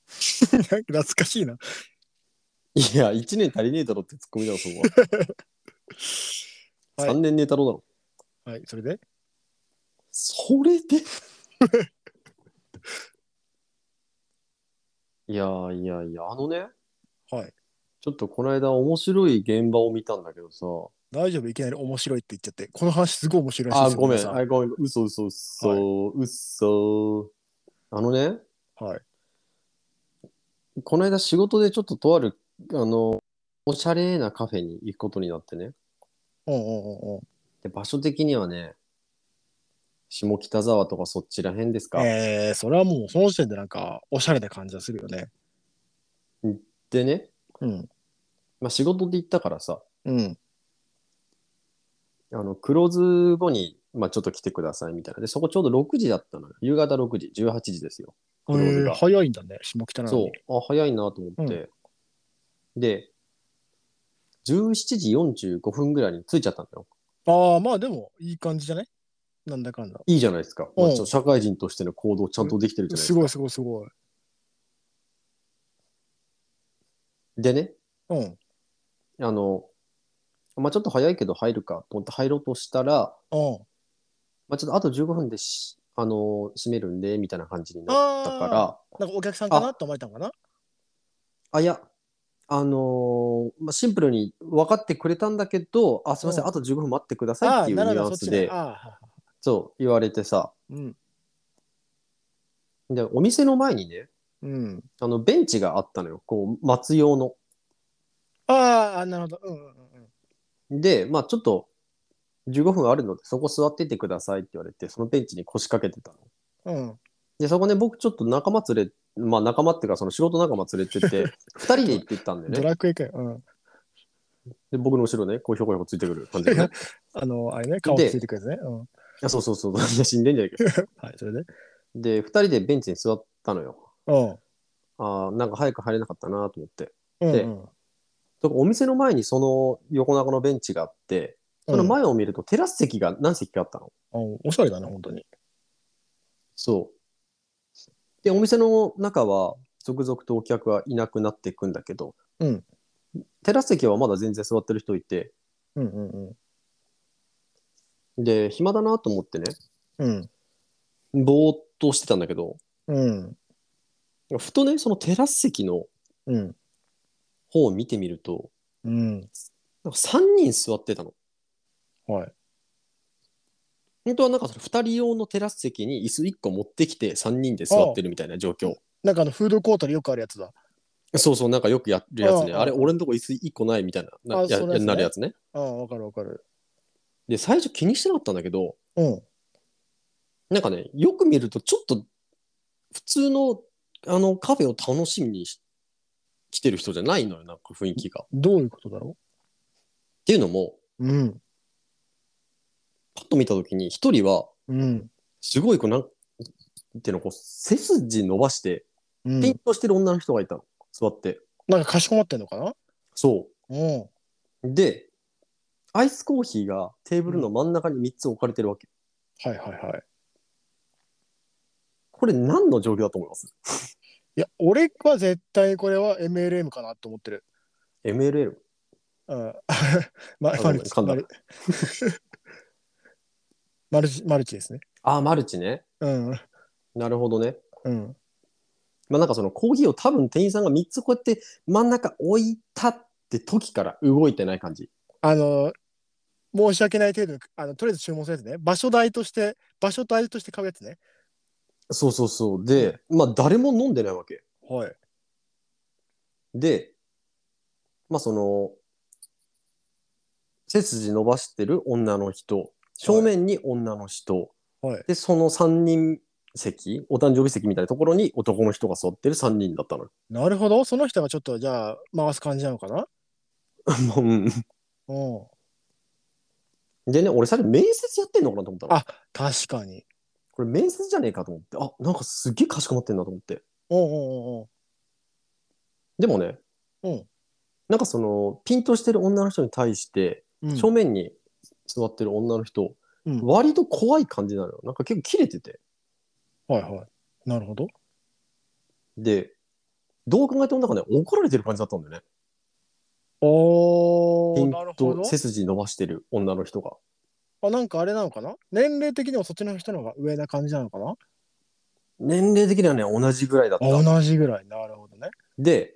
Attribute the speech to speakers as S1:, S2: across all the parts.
S1: 懐かしいな。
S2: いや、1年足りねえだろってツッコミだろ、そこ は。
S1: はい
S2: 3年ねえだろうだろ。
S1: はい、それで
S2: それ でいやいやいや、あのね、
S1: はい。
S2: ちょっとこの間面白い現場を見たんだけどさ。
S1: 大丈夫いきなり面白いって言っちゃって。この話すごい面白い
S2: あ、
S1: 話
S2: ごめん、
S1: さ
S2: あごめん、嘘嘘嘘、嘘。あのね、
S1: はい。
S2: この間仕事でちょっととある、あの、おしゃれなカフェに行くことになってね。
S1: おうんうんうん
S2: で場所的にはね、下北沢とかそっちらへんです
S1: うん。
S2: か。
S1: えー、それはもうその時点でなんか、おしゃれな感じがするよね。
S2: でね、
S1: うん。
S2: まあ、仕事で行ったからさ、
S1: うん。
S2: あの、クローズ後に、まあ、ちょっと来てくださいみたいな。で、そこちょうど6時だったのよ。夕方6時、18時ですよ。
S1: え
S2: クローズ
S1: ー、
S2: が
S1: 早いんだね、下北なの
S2: そ
S1: に。
S2: う。あ、早いなと思って。で、17時45分ぐらいに着いちゃったんだよ。
S1: ああ、まあでも、いい感じじゃないなんだかんだ。
S2: いいじゃないですか。まあ
S1: うん
S2: ちょっと社会人としての行動ちゃんとできてるじゃないですすか。
S1: ごいすごいすごい。
S2: でね、
S1: うん。
S2: あの、まあちょっと早いけど入るかと思って入ろうとしたら、
S1: うん。
S2: まあちょっとあと15分でし、あの、閉めるんで、みたいな感じになっ
S1: あ
S2: た
S1: あ。
S2: から、
S1: なんかお客さんかなと思われたのかな
S2: あ、いや、あのーまあ、シンプルに分かってくれたんだけど、あ、すみません、
S1: うん
S2: あと15分待ってくだ
S1: あ
S2: さいっ
S1: あ
S2: て
S1: ー、
S2: いう
S1: な
S2: ニ
S1: るほ
S2: ュア
S1: ど、そっ
S2: ンス
S1: ちね
S2: で、
S1: ああ、はいはい
S2: そう、言われてさ、
S1: うん。
S2: で、お店の前にね、
S1: うん。
S2: あの、ベンチがあったのよ、こう、待つ用の。
S1: ああ、なるほど。うんうんうん。
S2: で、まあ、ちょっと、15分あるので、そこ座っててくださいって言われて、そのベンチに腰掛けてたの。
S1: うん。
S2: で、そこね、僕ちょっと仲間連れ、まあ、仲間っていうか、その仕事仲間連れて て、2人で行って行ったんだ
S1: ド
S2: よね。
S1: ラクエかよ。うん。
S2: で、僕の後ろね、こう、ひょこひょこついてくる感じ で、ね。い
S1: あの、あれね、顔ついてくるやつね。うん。
S2: や、そうそう そう、いや、死んでんじゃないけど。
S1: はい、それで。
S2: で、2人でベンチに座ったのよ。
S1: うん。
S2: あーなんか早く入れなかったなと思って。
S1: うん
S2: で
S1: うん。
S2: だからお店の前にその横長のベンチがあって、その
S1: うん
S2: 前を見るとテラス席が何席かあったの。
S1: あおしゃれだね、本当に。
S2: そう。で、お店の中は続々とお客はいなくなっていくんだけど、
S1: うん
S2: テラス席はまだ全然座ってる人いて、
S1: うんうんうん。
S2: で、暇だなと思ってね、
S1: うん。
S2: ぼーっとしてたんだけど、
S1: うん。
S2: ふとね、そのテラス席の
S1: うん。
S2: 方を見てみると、
S1: うん。
S2: なんか3人座ってたの。
S1: はい。
S2: 本当はなんかその2人用のテラス席に椅子1個持ってきて3人で座ってるみたいな状況。
S1: なんかあの、フードコートによくあるやつだ。
S2: そうそう、なんかよくやるやつね。
S1: ああ
S2: あれ、俺のとこ椅子1個ないみたいな、な
S1: あ
S2: や
S1: それですね
S2: なるやつね。
S1: うん、わかるわかる。
S2: で、最初気にしてなかったんだけど、
S1: うん。
S2: なんかね、よく見るとちょっと普通のあのカフェを楽しみにし来てる人じゃないのよ、なんか雰囲気が。っ
S1: どういうことだろ
S2: ていうのも、
S1: ううん。
S2: パッと見たときに一人は、
S1: うん。
S2: すごいこう、なんていうの、こう、背筋伸ばして、
S1: うん
S2: ピンとしてる女の人がいたの。座って。
S1: なんかかしこまってんのかな
S2: そう。
S1: うん。
S2: で、アイスコーヒーがテーブルの真ん中に3つ置かれてるわけ。
S1: はいはいはい。
S2: これ何の状況だと思います
S1: いや、俺は絶対これは MLM かなと思ってる。
S2: ?MLL。
S1: うん。 ま、
S2: ご
S1: マ
S2: めん
S1: ルチ。
S2: 噛ん
S1: マ
S2: だ
S1: ルマルチ、マルチですね。
S2: ああ、マルチね。
S1: うん。
S2: なるほどね。
S1: うん。
S2: まあなんかそのコーヒーを多分店員さんが3つこうやって真ん中置いたって時から動いてない感じ。
S1: あの、申し訳ない程度に、あの、とりあえず注文するやつね。場所代として、場所代として買うやつね。
S2: そうそうそう。で、まあ誰も飲んでないわけ。
S1: はい。
S2: で、まあその、背筋伸ばしてる女の人、正面に女の人、
S1: はい。
S2: で、その3人席、お誕生日席みたいなところに男の人が座ってる3人だったのよ。
S1: なるほど。その人がちょっと、じゃあ、回す感じなのかな
S2: もううん
S1: うん。
S2: でね、俺さっき面接やってんのかなと思ったの。
S1: あ確かに。
S2: これ面接じゃねえかと思って、あ、なんかすげえかしこまってんなと思って。
S1: うんうん
S2: でもね、
S1: うん
S2: なんかその、ピンとしてる女の人に対して、
S1: うんうん。
S2: 正面に座ってる女の人、
S1: うん
S2: 割と怖い感じなのよ。なんか結構キレてて。
S1: はいはい。なるほど。
S2: で、どう考えてもなんかね、怒られてる感じだったんだよね。
S1: お
S2: ピ
S1: ー、
S2: ン
S1: なるほど
S2: と。背筋伸ばしてる女の人が。
S1: あ、なんかあれなのかな年齢的にはそっちの人の方が上な感じなのかな
S2: 年齢的にはね、同じぐらいだった。
S1: あ同じぐらい。なるほどね。
S2: で、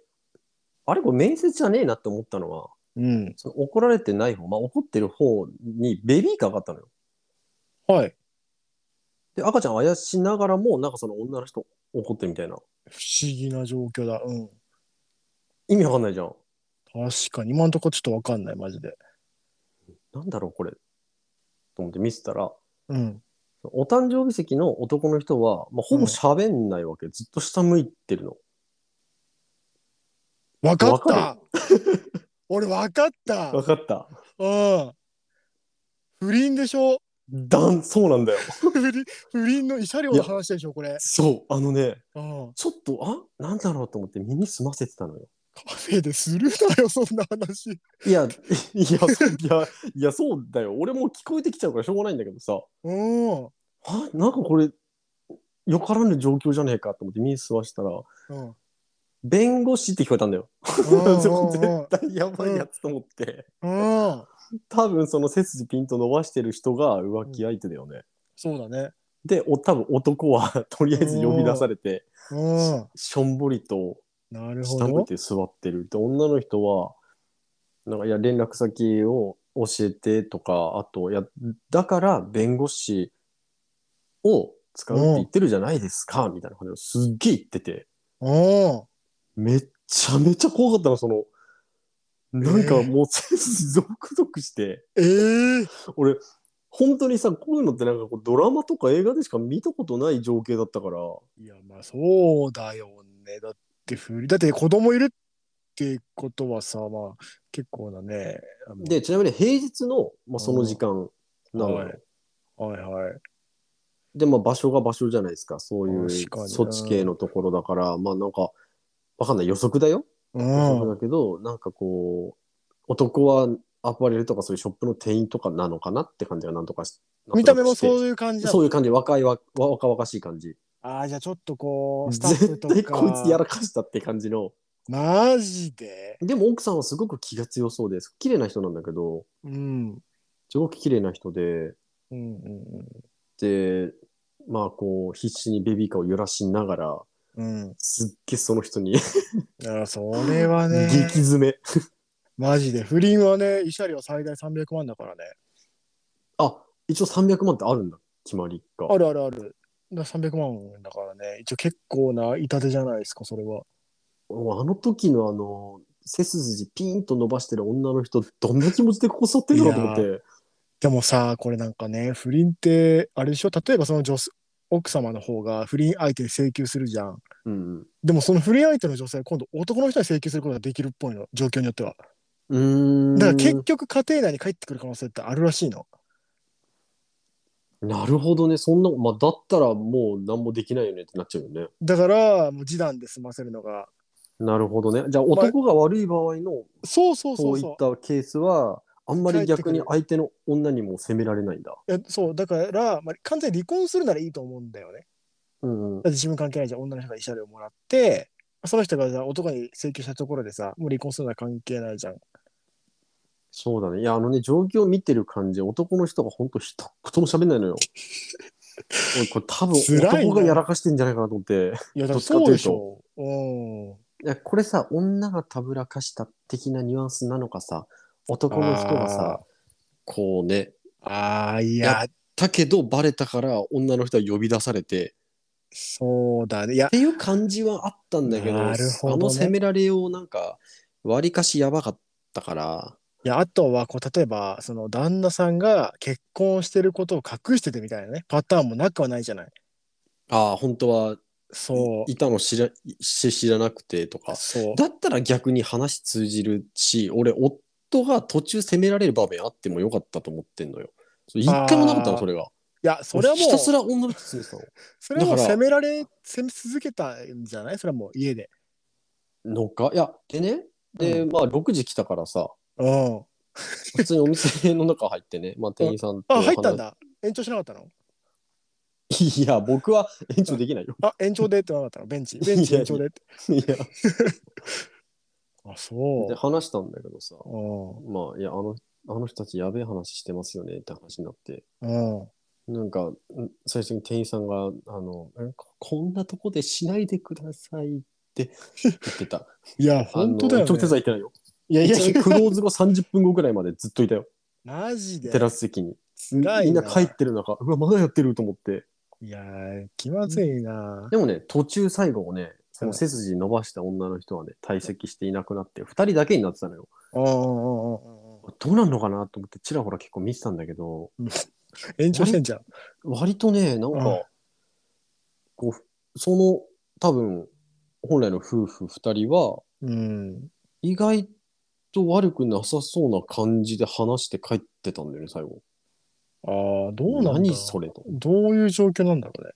S2: あれこれ面接じゃねえなって思ったのは、
S1: うん。
S2: その怒られてない方、まあ怒ってる方にベビーカーがあったのよ。
S1: はい。
S2: で、赤ちゃんをあやしながらも、なんかその女の人怒ってるみたいな。
S1: 不思議な状況だ。うん。
S2: 意味わかんないじゃん。
S1: 確かに、今んとこちょっとわかんない、マジで。
S2: なんだろう、これ。と思って見てたら、
S1: うん。
S2: お誕生日席の男の人は、まあ、ほぼ喋んないわけ、ずっと下向いてるの。
S1: わかっ
S2: わ
S1: た俺わかった
S2: わかった。
S1: うん。不倫でしょ
S2: だん、そうなんだよ。
S1: 不倫不倫の慰謝料の話でしょこれ。
S2: そう、あのね、
S1: うん。
S2: ちょっと、あなんだろうと思って耳澄ませてたのよ。
S1: カフェでするなよ、そんな話。
S2: いや、い や、そういや、いや、そうだよ。俺もう聞こえてきちゃうからしょうがないんだけどさ、
S1: うん。う
S2: あなんかこれ、よからぬ状況じゃねえかと思って耳澄ましたら、
S1: ん。
S2: 弁護士って聞こえたんだよ。
S1: うん
S2: そう 絶対やばいやつと思って。
S1: うんうん。
S2: 多分その背筋ピンと伸ばしてる人が浮気相手だよね。
S1: そうだね。
S2: で、お多分男は とりあえず呼び出されて、
S1: うん。
S2: しょんぼりと
S1: なるほ
S2: 下向い
S1: ど。
S2: て座ってる。で、女の人は、なんか、いや、連絡先を教えてとか、あと、いや、だから弁護士を使うって言ってるじゃないですか、みたいな感じですっげえ言ってて、
S1: うん。
S2: めっちゃめちゃ怖かったの、その、なんかもう背筋ゾクゾクして、
S1: ええ。
S2: 俺、本当にさ、こういうのってなんかこうドラマとか映画でしか見たことない情景だったから、
S1: いや、まあそうだよね。だって不倫、だって子供いるってことはさ、まあ結構なね。あの
S2: で、ちなみに平日の、まあ、その時間なのよ。
S1: はいはいはい。
S2: で、まあ、場所が場所じゃないですか、そういう
S1: 確かに
S2: 措置系のところだから、まあなんか、わかんない、予測だよ。
S1: う
S2: 予測
S1: ん。
S2: だけど、なんかこう、男はアパレルとかそういうショップの店員とかなのかなって感じがなんとかし
S1: 見た目もそうういう感じだ
S2: そういう感じ、若いわ、わ若々しい感じ。
S1: ああ、じゃあちょっとこう、スタッフ
S2: 絶
S1: と
S2: 対
S1: か。
S2: こいつやらかしたって感じの。
S1: マジで
S2: でも奥さんはすごく気が強そうです。綺麗な人なんだけど、
S1: うん。
S2: すごく綺麗な人で、
S1: うんうん
S2: で、まあこう、必死にベビーカーを揺らしながら、
S1: うん。うん。
S2: すっげえその人に
S1: だからそれはね、
S2: 激詰め。
S1: マジで不倫はね、慰謝料最大300万だからね。
S2: あ、一応300万ってあるんだ、決まりが。
S1: あるあるある。だから300万だからね、一応結構な痛手じゃないですか、それは。
S2: もうあの時のあの、背筋ピーンと伸ばしてる女の人、どんな気持ちでここ座ってんだろうと思って
S1: い。でもさ、これなんかね、不倫って、あれでしょ、例えばその女性奥様の方が不倫相手に請求するじゃん。
S2: うん
S1: でもその不倫相手の女性は今度男の人に請求することができるっぽいの、状況によっては。
S2: うん。うーん。
S1: だから結局家庭内に帰ってくる可能性ってあるらしいの。
S2: なるほどね。そんな、まあ、だったらもう何もできないよねってなっちゃうよね。
S1: だから、もう示談で済ませるのが。
S2: なるほどね。じゃあ男が悪い場合の
S1: そうそう
S2: そ
S1: そうう
S2: い
S1: そう
S2: っ。たケースは、あんまり逆に相手の女にも責められないんだ。
S1: えそうだから、まあ、完全に離婚するならいいと思うんだよね。
S2: うん
S1: だ
S2: うん。
S1: って自分関係ないじゃん女の人が慰謝料をもらってその人がじゃあ男に請求したところでさもう離婚するなら関係ないじゃん。
S2: そうだね。いや、あのね、状況を見てる感じ、男の人がほんと一言も喋んない のよ。俺、これ多分
S1: 辛いな
S2: 男がやらかしてんじゃないかなと思って。
S1: いやだから
S2: どっちかというと
S1: そうでしょ。うん。
S2: いや、これさ、女がたぶらかした的なニュアンスなのかさ、男の人がさ、こうね、
S1: ああい
S2: や
S1: や
S2: だけどバレたから女の人は呼び出されて、
S1: そうだね。いや
S2: っていう感じはあったんだけど、
S1: なるほどね
S2: あの責められようなんか、わりかしやばかったから、
S1: いやあとはこう例えばその旦那さんが結婚してることを隠しててみたいなねパターンもなくはないじゃない。
S2: ああ、本当は
S1: そう
S2: い。たの知らし知らなくてとか。
S1: そう
S2: だったら逆に話通じるし、俺、夫が途中責められる場面あってもよかったと思ってんのよ。そう一回もなかったの、
S1: あー
S2: それが。
S1: いやそれはもう
S2: ひたすら女の人責めてたの。
S1: それはもう
S2: だから
S1: 責められ責め続けたんじゃないそれはもう家で。
S2: のかいやでねで、まあ6時来たからさ
S1: うん。
S2: 普通にお店の中入ってね、まあ、店員さんと
S1: あ
S2: 話
S1: 入ったんだ延長しなかったの
S2: いや、僕は延長で きないよ。
S1: あ、延長でってなかった ら、ベンチ。ベンチ延長でって。
S2: いや、
S1: あ、
S2: で
S1: そう。
S2: 話したんだけどさ、
S1: う
S2: まあ、いや、あの、あの人たちやべえ話してますよねって話になって、
S1: ん。うん。
S2: なんか、ん最初に店員さんが、あの、えここんなとこでしないでくださいって言ってた。
S1: いや、 本当だよ、
S2: あの直接
S1: ね。
S2: は言ってないよ。
S1: いやい
S2: い
S1: や
S2: や、、クローズ後30分後ぐらいまでずっといたよ。
S1: マジで。
S2: テラス席に。
S1: 辛い
S2: みんな帰ってる中、うわ、まだやってると思って。
S1: いやー、気まずいな。
S2: でもね、途中最後もね、その
S1: うん
S2: 背筋伸ばした女の人はね、退席していなくなって、二人だけになってたのよ。
S1: うんうんうんうんうん。
S2: どうなんのかなと思って、ちらほら結構見てたんだけど、
S1: 延長してんじゃん。
S2: 割とね、なんか、
S1: うん
S2: こう、その、多分、本来の夫婦二人は、
S1: うん。
S2: 意外と悪くなさそうな感じで話して帰ってたんだよね、最後。
S1: ああ、どうなんだ
S2: 何それと。
S1: どういう状況なんだろうね。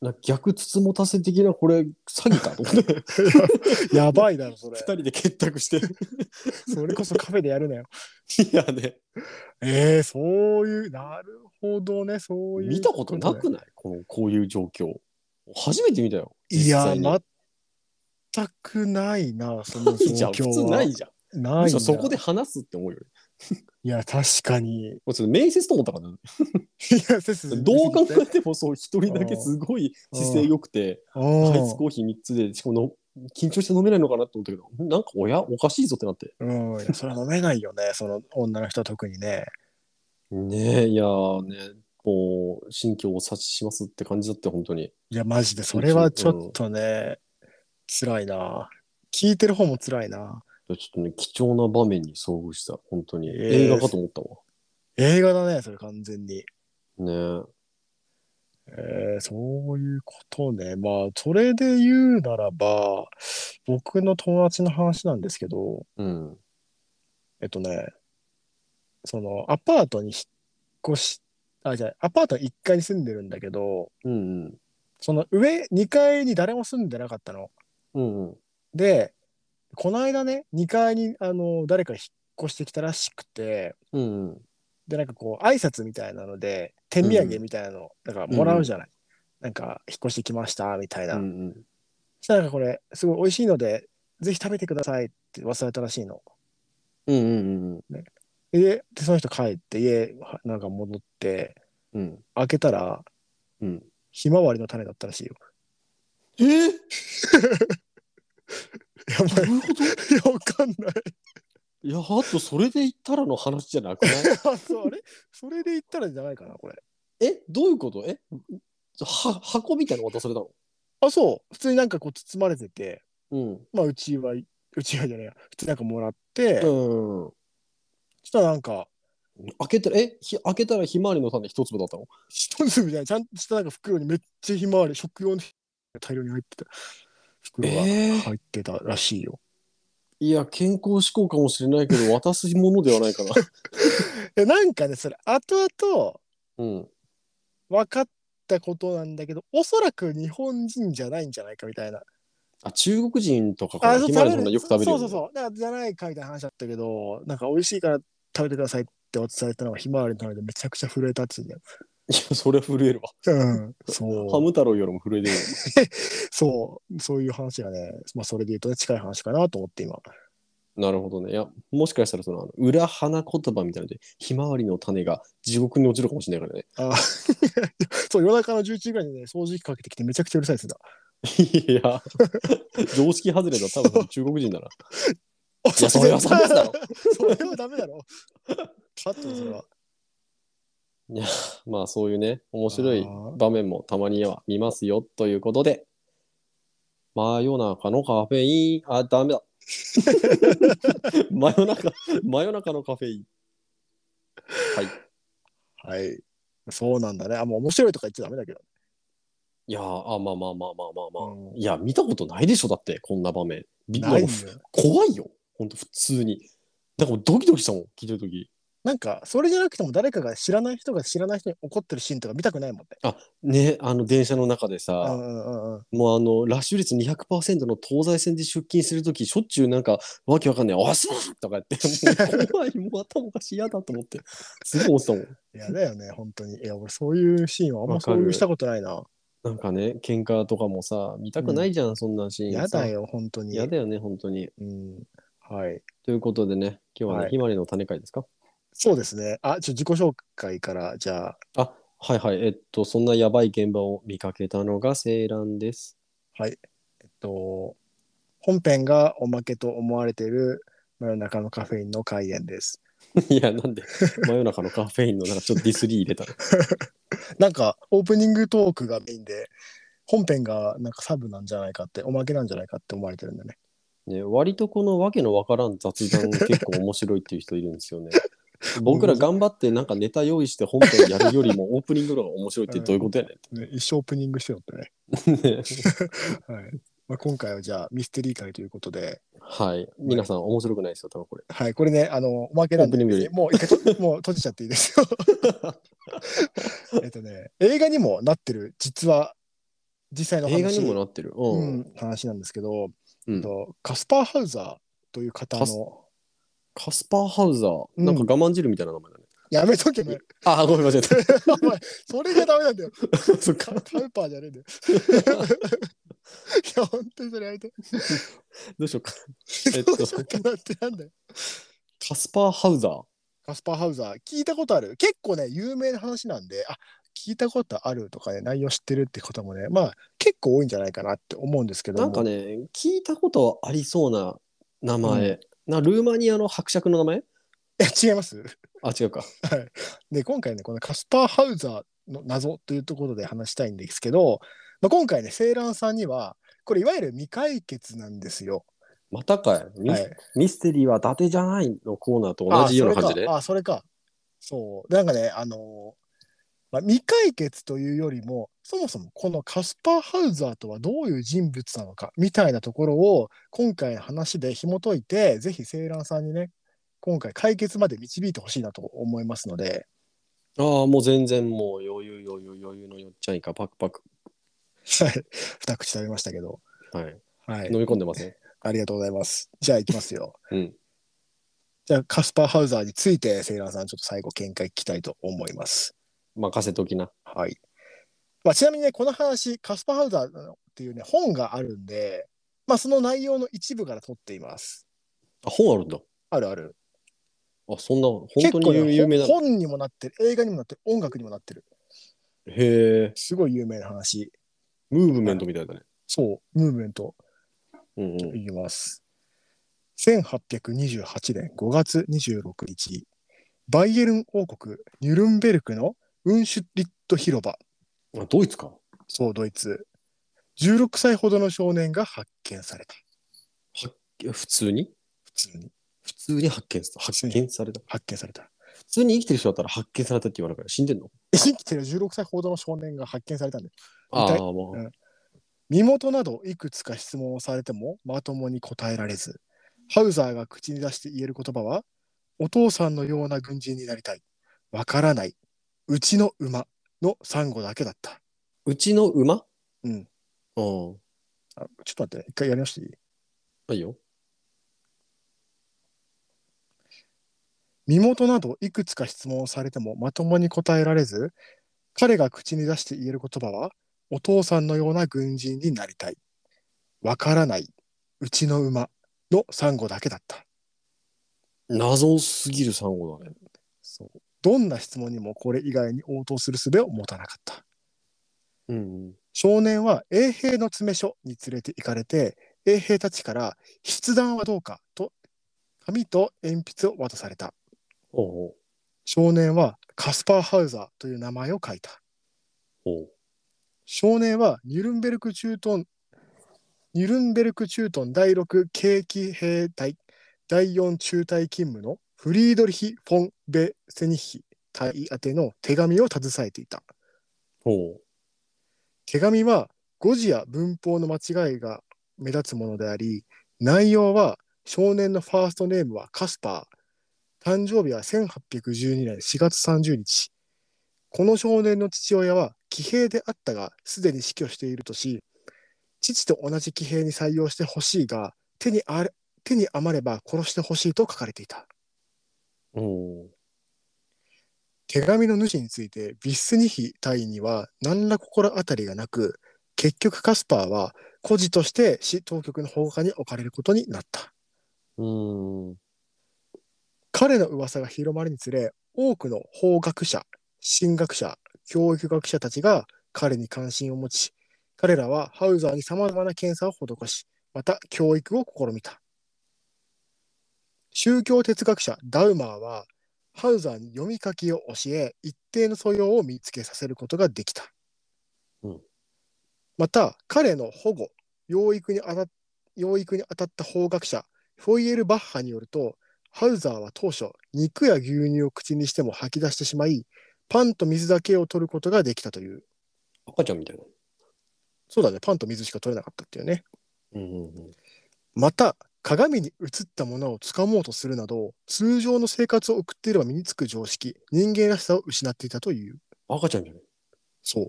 S2: な逆つつもたせ的な、これ、詐欺 かと思って。
S1: やばいだろ、そ
S2: 二
S1: れ。
S2: 人で結託して。
S1: それこそカフェでやるなよ。
S2: いやね。
S1: ええそういう、なるほどね、そういう、
S2: 見たことなくないこのこういう状況初めて見たよ
S1: いや、
S2: 実際に
S1: 全くないな、その
S2: な いじ
S1: 状
S2: ゃん
S1: 況
S2: 普
S1: は。
S2: 通ないじゃん
S1: ない
S2: む
S1: な
S2: しろそこで話すって思うよね
S1: いや、確かに。い
S2: もうそれ面接と思ったから、ね、
S1: や、せず
S2: どう考えてもそう一人だけすごい姿勢良くてアイスコーヒー3つでしかもの緊張して飲めないのかなって思ったけどなんか親おかしいぞってなって
S1: うん、うん、それは飲めないよね、その女の人は特にね。
S2: ねえいやーねもう心境を察知しますって感じだって本当に
S1: いや、マジで、それはちょっとね、辛いな。聞いてる方も辛いな。
S2: ちょっとね貴重な場面に遭遇した本当に
S1: えー
S2: 映画かと思ったわ
S1: 映画だね、それ完全に。
S2: ね
S1: えーそういうことね。まあ、それで言うならば、僕の友達の話なんですけど、
S2: えうん
S1: えっとね、その、アパートに引っ越し、あ、じゃあアパート1階に住んでるんだけど、
S2: うんうん
S1: その上2階に誰も住んでなかったの。
S2: うんうん
S1: で、この間ね、2階に、あの、誰か引っ越してきたらしくて、
S2: うんうん
S1: で、なんかこう、挨拶みたいなので、手土産みたいなの、なんかもらうじゃない。なんか、引っ越してきました、みたいな。
S2: うんうん
S1: そしたらなんかこれ、すごい美味しいので、ぜひ食べてくださいって忘れたらしいの。
S2: うんうん
S1: で、でその人帰って、家、はなんか戻って、
S2: うんうん。
S1: 開けたら、
S2: うん。
S1: ひまわりの種だったらしいよ。
S2: え ー、
S1: やばい。
S2: いうこと
S1: いや、わかんない。
S2: いや、あとそれで言ったらの話じゃなくない
S1: あ、そう、あれそれで言ったらじゃないかな、これ。
S2: え、どういうことえは箱みたいなの渡されたの
S1: あ、そう。普通になんかこう、包まれてて、
S2: うん。
S1: まあ、うちは、うちはじゃないや、普通になんかもらって、
S2: うん
S1: そしたらなんか、
S2: 開けたら、えひ開けたらひまわりの種一粒だったの
S1: 一粒じゃない、ちゃんとしたなんか袋にめっちゃひまわり、食用の大量に入ってた袋が
S2: えー
S1: 入ってたらしいよ。
S2: いや、健康志向かもしれないけど、渡すものではな いかな。
S1: えなんかね、それ、後々
S2: うん。
S1: 分かったことなんだけど、おそらく日本人じゃないんじゃないかみたいな。
S2: あ、中国人とかかな
S1: そう
S2: ひまわりの種よく食べるよ、
S1: そうそうそう。だからじゃないかみたいな話だったけど、なんか美味しいから食べてくださいってお伝えしたのがひまわりの種でめちゃくちゃ震えたっつうんだよ。
S2: いや、それは震えるわ。
S1: うん。
S2: ハ
S1: そう。
S2: ム太郎よりも震えてるよ。
S1: そう。そういう話がね、まあそれで言うとね、近い話かなと思って今。
S2: なるほどね。いや、もしかしたらその、あの裏花言葉みたいなので、ひまわりの種が地獄に落ちるかもしれないからね。
S1: あそう、夜中の11時ぐらいにね、掃除機かけてきてめちゃくちゃうるさいですだ。
S2: いや、常識外れだ、多分中国人だな。い や、それは差
S1: ダメ
S2: 別だろ。
S1: それはダメだろ。カットだそれは。
S2: まあ、そういうね、面白い
S1: あー
S2: 場面もたまには見ますよ、ということで。真夜中のカフェイン、あ、ダ メだ。真夜中、真夜中のカフェイン。はい。
S1: はい。そうなんだね。あ、もう面白いとか言っちゃダメだけど。
S2: いやーあ、まあまあまあまあまあまあ。
S1: うん
S2: いや、見たことないでしょ、だって、こんな場面。び
S1: ない
S2: なん
S1: よ
S2: か。怖いよ、ほんと、普通に。なんかもうドキドキしたもん、聞いてるとき。
S1: なんか、それじゃなくても誰かが知らない人が知らない人に怒ってるシーンとか見たくないもんね。
S2: ね、あの電車の中で
S1: う
S2: さ、
S1: んうんうんうん。
S2: もうあの、ラッシュ率200%の東西線で出勤するとき、しょっちゅうなんか、わけわかんない、あすまんとか言って、もう怖い、もう頭おかしい、嫌だと思って、すごい思ってたもん。
S1: いや、だよね、本当に。いや、俺そういうシーンはあんま共有したことないな。
S2: なんかね、喧嘩とかもさ、見たくないじゃん、そんなシーン。
S1: やだ。よ、本当に。
S2: 嫌だよね、本当に。
S1: うん。はい。
S2: ということでね、今日はね、
S1: はい
S2: ひまりの種会ですか
S1: そうですね。あ、ちょ、自己紹介から、じゃあ、
S2: あ、はいはい。えっと、そんなやばい現場を見かけたのがセイランです。
S1: えっと、本編がおまけと思われている真夜中のカフェインの開演です。
S2: いや、なんで、真夜中のカフェインの、なんかちょっとディスリー入れたの。
S1: なんか、オープニングトークがメインで、本編がなんかサブなんじゃないかって、おまけなんじゃないかって思われてるんだね。
S2: ね、割とこのわけのわからん雑談結構面白いっていう人いるんですよ ね。僕ら頑張ってなんかネタ用意して本編やるよりもオープニングの方が面白いってどういうことやねんって
S1: ね一生オープニングしてよってね。
S2: ね。
S1: はい。まあ、今回はじゃあミステリー会ということで、
S2: はい。皆さん面白くないですよ、多分これ。
S1: はい、これね、あの、おまけなんで、
S2: オープニングより
S1: もう一回と、 もう閉じちゃっていいですよ。 えっとね、映画にもなってる、実は、実際の話
S2: 映画にもなってる。う。
S1: うんん、話なんですけど、
S2: うん
S1: えっとカスパーハウザーという方
S2: カス
S1: の、
S2: カスパーハウザー、
S1: うん
S2: なんか我慢汁みたいな名前だね。
S1: やめとけば、
S2: あ、ごめんなさい。
S1: お前、それがダメなんだよ。
S2: そっ
S1: カ
S2: か。
S1: カウパーじゃねえんだ よ。いや、本当にそれやめて。
S2: どうしようか。え っ
S1: ど
S2: と
S1: うしようかなってなんだよ。
S2: カスパーハウザー。
S1: カスパーハウザー、聞いたことある結構ね、有名な話なんで、あ聞いたことあるとかね、内容知ってるって方もね、まあ、結構多いんじゃないかなって思うんですけども。
S2: なんかね、聞いたことはありそうな名前。なルーマニアの伯爵の名前
S1: いや違います。
S2: あ、違うか。
S1: で、今回ね、このカスパーハウザーの謎というところで話したいんですけど、まあ、今回ね、セイランさんには、これいわゆる未解決なんですよ。
S2: またかい。ミ,、
S1: はい、
S2: ミステリーは伊達じゃないのコーナーと同じような感じで。
S1: あ、それか。あそれかそう。なんかね、あのーまあ、未解決というよりも、そもそもこのカスパーハウザーとはどういう人物なのかみたいなところを今回の話で紐解いて、ぜひセイランさんにね、今回解決まで導いてほしいなと思いますので、
S2: ああー、もう全然もう余裕余裕余裕のよっちゃいか、パクパク。
S1: はい二口食べましたけど、
S2: はい。
S1: はい
S2: 飲、み込んでません。
S1: ありがとうございます。じゃあ行きますよ。
S2: うん。
S1: じゃあカスパーハウザーについてセイランさんちょっと最後見解聞きたいと思います。
S2: 任せときな。
S1: はい。まあ、ちなみにね、この話、カスパーハウザーっていうね、本があるんで、まあ、その内容の一部から取っています。
S2: あ、本あるんだ。
S1: あるある。
S2: あ、そんな、本当に有有名な
S1: 結構ねほん本にもなってる、映画にもなってる、音楽にもなってる。
S2: へえ、
S1: すごい有名な話。
S2: ムーブメントみたいだね。
S1: そう、ムーブメント
S2: うんうん。
S1: 言います。1828年5月26日、バイエルン王国ニュルンベルクのウンシュリット広場、
S2: あドイツか。
S1: そう、ドイツ。16歳ほどの少年が発見された。
S2: いや普通に
S1: 普通に
S2: 普通に発見さ発見された。
S1: 発見された。
S2: 普通に生きてる人だったら発見されたって言われるから死んでんの
S1: 新規てる16歳ほどの少年が発見されたんで
S2: あ
S1: 痛
S2: あ、
S1: い
S2: も
S1: うん
S2: う。
S1: 身元などいくつか質問をされてもまともに答えられずハウザーが口に出して言える言葉はお父さんのような軍人になりたいわからないうちの馬の3語だけだった
S2: うちの馬
S1: うん
S2: うん。あ
S1: あちょっと待って一回やりましていい
S2: いいよ。
S1: 身元などいくつか質問をされてもまともに答えられず彼が口に出して言える言葉はお父さんのような軍人になりたいわからないうちの馬の3語だけだった
S2: 謎すぎる産後だね。
S1: そうどんな質問にもこれ以外に応答する術を持たなかった
S2: うんうん。
S1: 少年は衛兵の詰め所に連れて行かれて衛兵たちから筆談はどうかと紙と鉛筆を渡された
S2: おうおう
S1: 少年はカスパーハウザーという名前を書いた
S2: おう
S1: 少年はニュルンベルク駐屯ニュルンベルク駐屯第6軽騎兵隊第4中隊勤務のフリードリヒ・フォン・ベ・セニッヒ隊宛ての手紙を携えていた
S2: おう
S1: 手紙は語字や文法の間違いが目立つものであり内容は少年のファーストネームはカスパー誕生日は1812年4月30日。この少年の父親は騎兵であったが、すでに死去しているとし、父と同じ騎兵に採用してほしいが、手にあれ手に余れば殺してほしいと書かれていた。
S2: おー
S1: 手紙の主についてビッスニヒ隊員には何ら心当たりがなく結局カスパーは孤児として市当局の保護下に置かれることになった
S2: うーん。
S1: 彼の噂が広まるにつれ多くの法学者神学者教育学者たちが彼に関心を持ち彼らはハウザーにさまざまな検査を施しまた教育を試みた宗教哲学者ダウマーはハウザーに読み書きを教え一定の素養を見つけさせることができた、
S2: うん
S1: また彼の保護養育にあた養育に当たった法学者フォイエル・バッハによるとハウザーは当初肉や牛乳を口にしても吐き出してしまいパンと水だけを取ることができたという
S2: 赤ちゃんみたいな。
S1: そうだねパンと水しか取れなかったっていうね
S2: うんうんうん。
S1: また鏡に映ったものをつかもうとするなど通常の生活を送っていれば身につく常識人間らしさを失っていたという
S2: 赤ちゃんじゃない。
S1: そう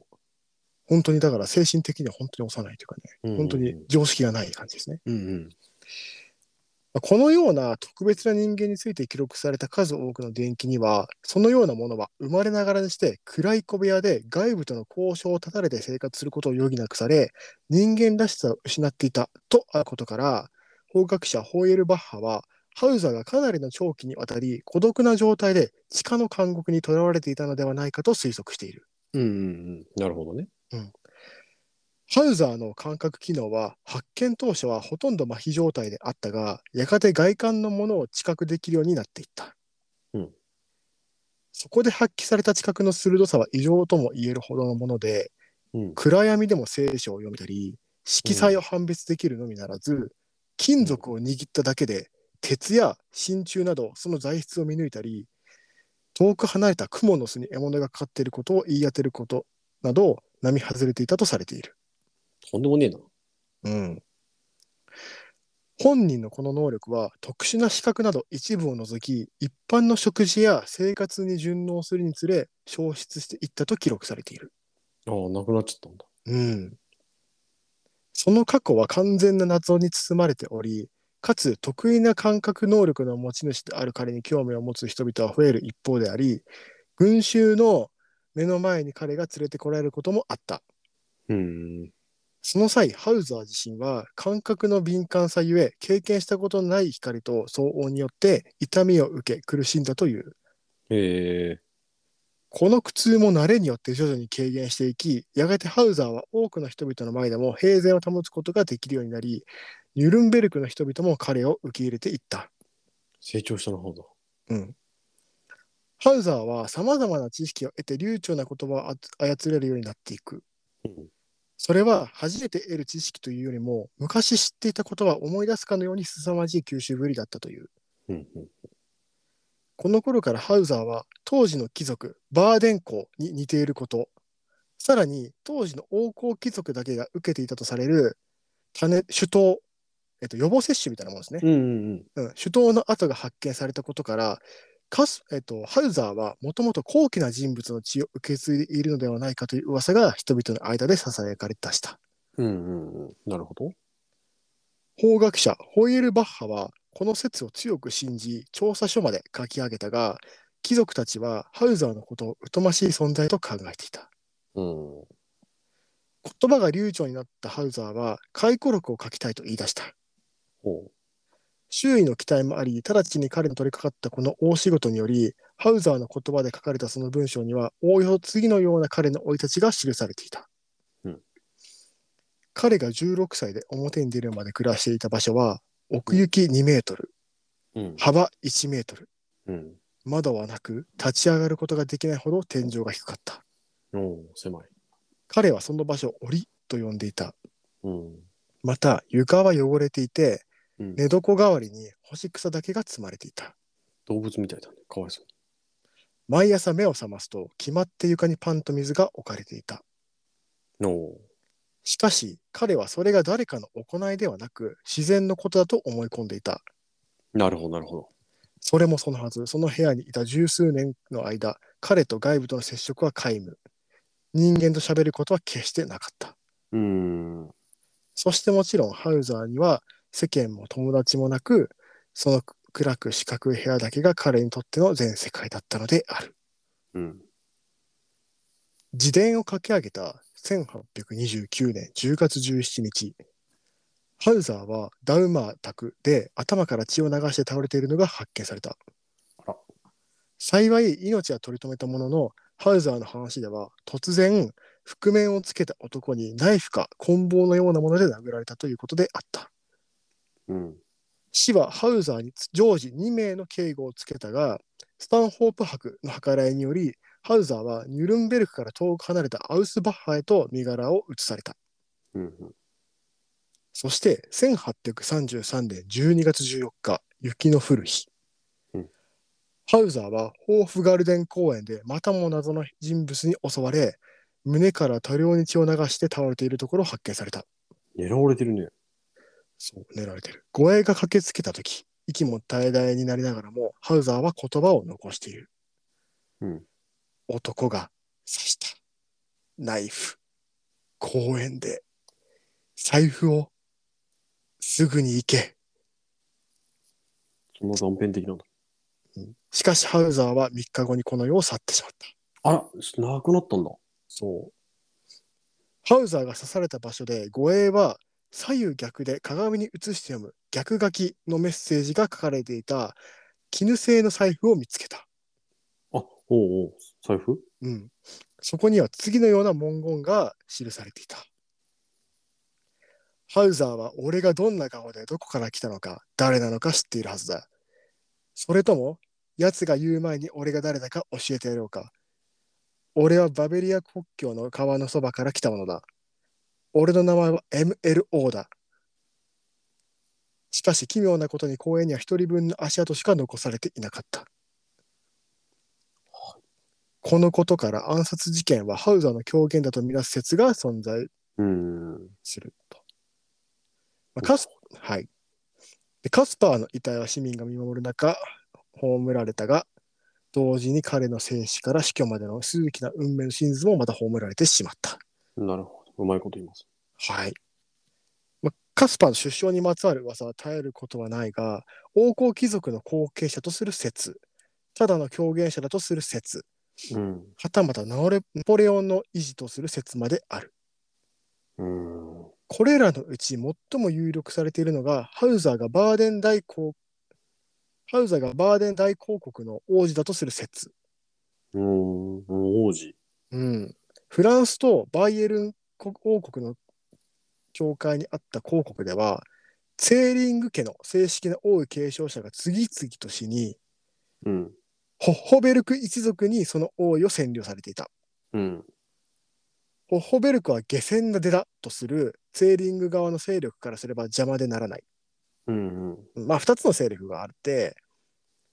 S1: 本当にだから精神的には本当に幼いというかね
S2: うんうんうん
S1: 本当に常識がない感じですね
S2: うんうん。
S1: まあこのような特別な人間について記録された数多くの伝記には、そのようなものは生まれながらにして暗い小部屋で外部との交渉を断たれて生活することを余儀なくされ、人間らしさを失っていたとあることから、法学者ホイエルバッハは、ハウザーがかなりの長期にわたり孤独な状態で地下の監獄に囚われていたのではないかと推測している。
S2: うんうんうん。なるほどね。
S1: ハウザーの感覚機能は発見当初はほとんど麻痺状態であったが、やがて外観のものを知覚できるようになっていった。
S2: うん
S1: そこで発揮された知覚の鋭さは異常とも言えるほどのもので、
S2: うん。
S1: 暗闇でも聖書を読めたり、色彩を判別できるのみならず、金属を握っただけで、鉄や真鍮などその材質を見抜いたり、遠く離れた雲の巣に獲物がかかっていることを言い当てることなど、並外れていたとされている。
S2: とんでもねえな。
S1: うん、本人のこの能力は特殊な資格など一部を除き一般の食事や生活に順応するにつれ消失していったと記録されている、
S2: ああ、なくなっちゃったんだ。
S1: うん、その過去は完全な謎に包まれておりかつ得意な感覚能力の持ち主である彼に興味を持つ人々は増える一方であり群衆の目の前に彼が連れてこられることもあった
S2: うん。
S1: その際、ハウザー自身は感覚の敏感さゆえ、経験したことのない光と騒音によって痛みを受け苦しんだという。
S2: へえ。
S1: この苦痛も慣れによって徐々に軽減していき、やがてハウザーは多くの人々の前でも平然を保つことができるようになり、ニュルンベルクの人々も彼を受け入れていった。
S2: 成長したな、ほど。
S1: うんハウザーはさまざまな知識を得て流暢な言葉をあつ操れるようになっていく
S2: うん。
S1: それは初めて得る知識というよりも昔知っていたことは思い出すかのように凄まじい吸収ぶりだったという。
S2: うんうん。
S1: この頃からハウザーは当時の貴族バーデン公に似ていることさらに当時の王侯貴族だけが受けていたとされる種首頭、えっと、予防接種みたいなものですね
S2: う。んうんうん。
S1: うん、首頭の跡が発見されたことから、カスえっと、ハウザーはもともと高貴な人物の血を受け継いでいるのではないかという噂が人々の間で囁かれ出した。
S2: うんうんうん。なるほど。
S1: 法学者ホイエルバッハはこの説を強く信じ調査書まで書き上げたが貴族たちはハウザーのことを疎ましい存在と考えていた
S2: うん。
S1: 言葉が流暢になったハウザーは回顧録を書きたいと言い出した
S2: ほ
S1: 周囲の期待もあり直ちに彼に取り掛かったこの大仕事によりハウザーの言葉で書かれたその文章にはおおよそ次のような彼の生い立ちが記されていた、
S2: うん
S1: 彼が16歳で表に出るまで暮らしていた場所は奥行き2メートル
S2: う。うん。
S1: 幅1メートル
S2: うん。
S1: 窓はなく立ち上がることができないほど天井が低かった
S2: おー狭い。
S1: 彼はその場所を「檻」と呼んでいた
S2: うん。
S1: また床は汚れていて
S2: うん
S1: 寝床代わりに干し草だけが積まれていた
S2: 動物みたいだね。かわいそう。
S1: 毎朝目を覚ますと決まって床にパンと水が置かれていた
S2: お
S1: しかし彼はそれが誰かの行いではなく自然のことだと思い込んでいた
S2: ーなるほど、なるほど。
S1: それもそのはず、その部屋にいた十数年の間、彼と外部との接触は皆無。人間と喋ることは決してなかった。
S2: うん。
S1: そしてもちろんハウザーには世間も友達もなく、その暗く四角い部屋だけが彼にとっての全世界だったのである。
S2: うん。
S1: 自伝を書き上げた1829年10月17日、ハウザーはダウマー宅で頭から血を流して倒れているのが発見された
S2: あら。
S1: 幸い命は取り留めたものの、ハウザーの話では突然、覆面をつけた男にナイフか棍棒のようなもので殴られたということであった。
S2: うん。
S1: 市はハウザーに常時2名の警護をつけたが、スタンホープ伯の計らいにより、ハウザーはニュルンベルクから遠く離れたアウスバッハへと身柄を移された。
S2: うん。
S1: そして、1833年12月14日、雪の降る日
S2: うん。
S1: ハウザーはホーフガルデン公園でまたも謎の人物に襲われ、胸から多量に血を流して倒れているところを発見された。
S2: 狙われてるね。
S1: そう、狙われてる。護衛が駆けつけたとき、息も絶え絶えになりながらも、ハウザーは言葉を残している。
S2: うん
S1: 男が刺した。ナイフ。公園で。財布を。すぐに行け。
S2: そんな断片的なんだ。
S1: しかし、ハウザーは3日後にこの世を去ってしまった。
S2: あら、なくなったんだ。
S1: そう。ハウザーが刺された場所で護衛は左右逆で鏡に映して読む逆書きのメッセージが書かれていた絹製の財布を見つけた。
S2: あ、おうおう。財布
S1: うん。そこには次のような文言が記されていた。ハウザーは俺がどんな顔でどこから来たのか誰なのか知っているはずだ。それとも、奴が言う前に俺が誰だか教えてやろうか。俺はバベリア国境の川のそばから来たものだ。俺の名前は MLO だ。しかし奇妙なことに公園には一人分の足跡しか残されていなかった。このことから暗殺事件はハウザーの狂言だとみなす説が存在
S2: うん。
S1: すると。まあ、カスはいでカスパーの遺体は市民が見守る中、葬られたが、同時に彼の生死から死去までの数奇な運命の真図もまた葬られてしまった。
S2: なるほど。うまいこと言います。
S1: はい。まあ、カスパーの出生にまつわる噂は絶えることはないが、王侯貴族の後継者とする説、ただの狂言者だとする説、
S2: うん。
S1: はたまたナオレナポレオンの維持とする説まである。
S2: うん。
S1: これらのうち最も有力されているのが、ハウザーがバーデン大公ハウザーがバーデン大公国の王子だとする説。
S2: うん。王子。
S1: うん。フランスとバイエルン国王国の境界にあった公国では、ツェーリング家の正式な王位継承者が次々と死に、
S2: うん。
S1: ホッホベルク一族にその王位を占領されていた。
S2: うん。
S1: ホッホベルクは下船な出だとするツェーリング側の勢力からすれば邪魔でならない。
S2: うん。
S1: まあ、2つの勢力があって、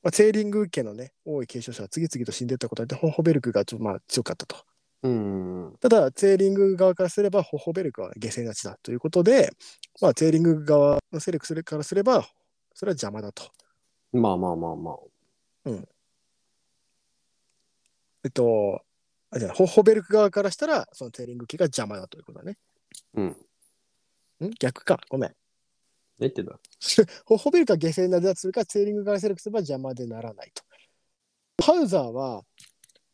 S1: まあ、ツェーリング家のね、王位継承者が次々と死んでいったことで、ホッホベルクがちょ、まあ、強かったと。
S2: うん。
S1: ただ、ツェーリング側からすれば、ホッホベルクは下船なちだということで、まあ、ツェーリング側の勢力するからすれば、それは邪魔だと。
S2: まあまあまあまあ。
S1: えっと、あじゃあホッホベルク側からしたら、そのツェーリング家が邪魔だということだね。
S2: うん。
S1: ん逆か。ごめん。
S2: えってだ。
S1: ホホベルクは下船なでするか、ツェーリング側セレクすれば邪魔でならないと。ハウザーは、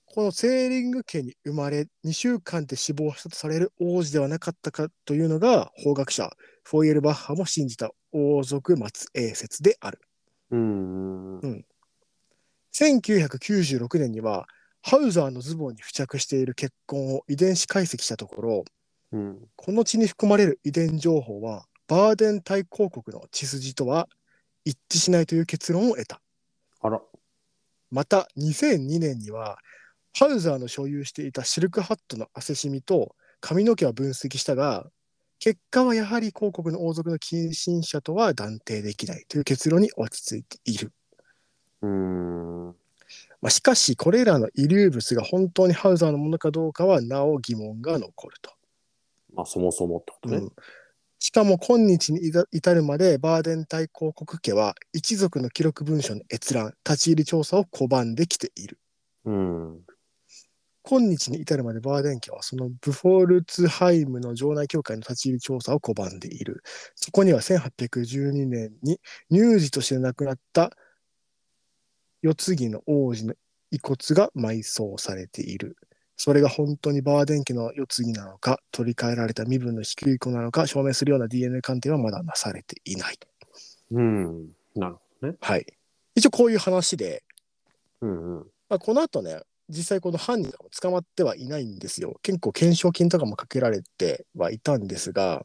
S1: このツェーリング家に生まれ、2週間で死亡したとされる王子ではなかったかというのが、法学者、フォイエルバッハも信じた王族末裔説である。
S2: うん。
S1: 1996年には、ハウザーのズボンに付着している血痕を遺伝子解析したところ、
S2: うん。
S1: この血に含まれる遺伝情報は、バーデン大公国の血筋とは一致しないという結論を得た。
S2: あら。
S1: また2002年にはハウザーの所有していたシルクハットの汗染みと髪の毛は分析したが結果はやはり広告の王族の近親者とは断定できないという結論に落ち着いている、
S2: うん。
S1: まあ、しかしこれらの遺留物が本当にハウザーのものかどうかはなお疑問が残ると、
S2: まあそもそもってことね。
S1: うんしかも今日に至至るまでバーデン大公国家は一族の記録文書の閲覧、立ち入り調査を拒んできている。
S2: うん。
S1: 今日に至るまでバーデン家はそのブフォルツハイムの城内教会の立ち入り調査を拒んでいる。そこには1812年に乳児として亡くなった世継ぎの王子の遺骨が埋葬されている。それが本当にバーデン家の世継ぎなのか、取り替えられた身分の低い子なのか、証明するような DNA 鑑定はまだなされていない。
S2: うん。なるほどね。
S1: はい。一応こういう話で、
S2: うんうん。
S1: まあ、この後ね、実際この犯人が捕まってはいないんですよ。結構懸賞金とかもかけられてはいたんですが、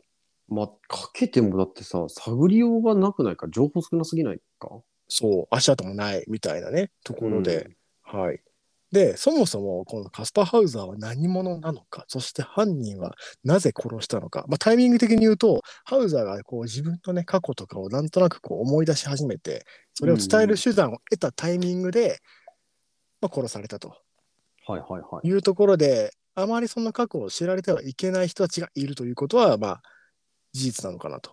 S2: まあ、かけてもだってさ、探りようがなくないか、情報少なすぎないか。
S1: そう、足跡もないみたいなね、ところで、はい。で、そもそもこのカスパーハウザーは何者なのか、そして犯人はなぜ殺したのか、まあ、タイミング的に言うと、ハウザーがこう自分の、ね、過去とかをなんとなくこう思い出し始めて、それを伝える手段を得たタイミングで、まあ、殺されたと。
S2: うん。はいはいはい。
S1: いうところで、あまりその過去を知られてはいけない人たちがいるということは、まあ、事実なのかなと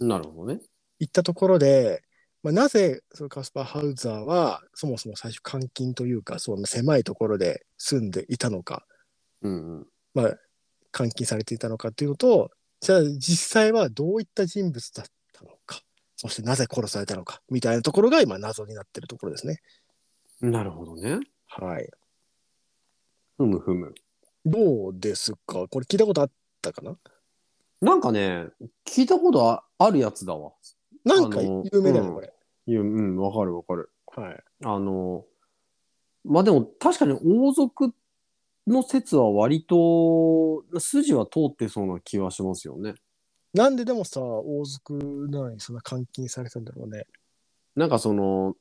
S2: なるほどね。
S1: いったところで、まあ、なぜそのカスパー・ハウザーはそもそも最初監禁というかその狭いところで住んでいたのか、
S2: うんうん。
S1: まあ、監禁されていたのかというのとじゃあ実際はどういった人物だったのかそしてなぜ殺されたのかみたいなところが今謎になってるところですね。
S2: なるほどね。
S1: はい、
S2: ふむふむ。
S1: どうですかこれ聞いたことあったかな
S2: なんかね、聞いたことああるやつだわ。
S1: なんか
S2: あの
S1: 有名だよ
S2: う
S1: ね
S2: ん
S1: これ。
S2: いやうん、わかるわかる。
S1: はい、
S2: あの、まあでも確かに王族の説は割と筋は通ってそうな気はしますよね。
S1: なんででもさ、王族なのにそんな監禁されたんだろうね。
S2: なんかその、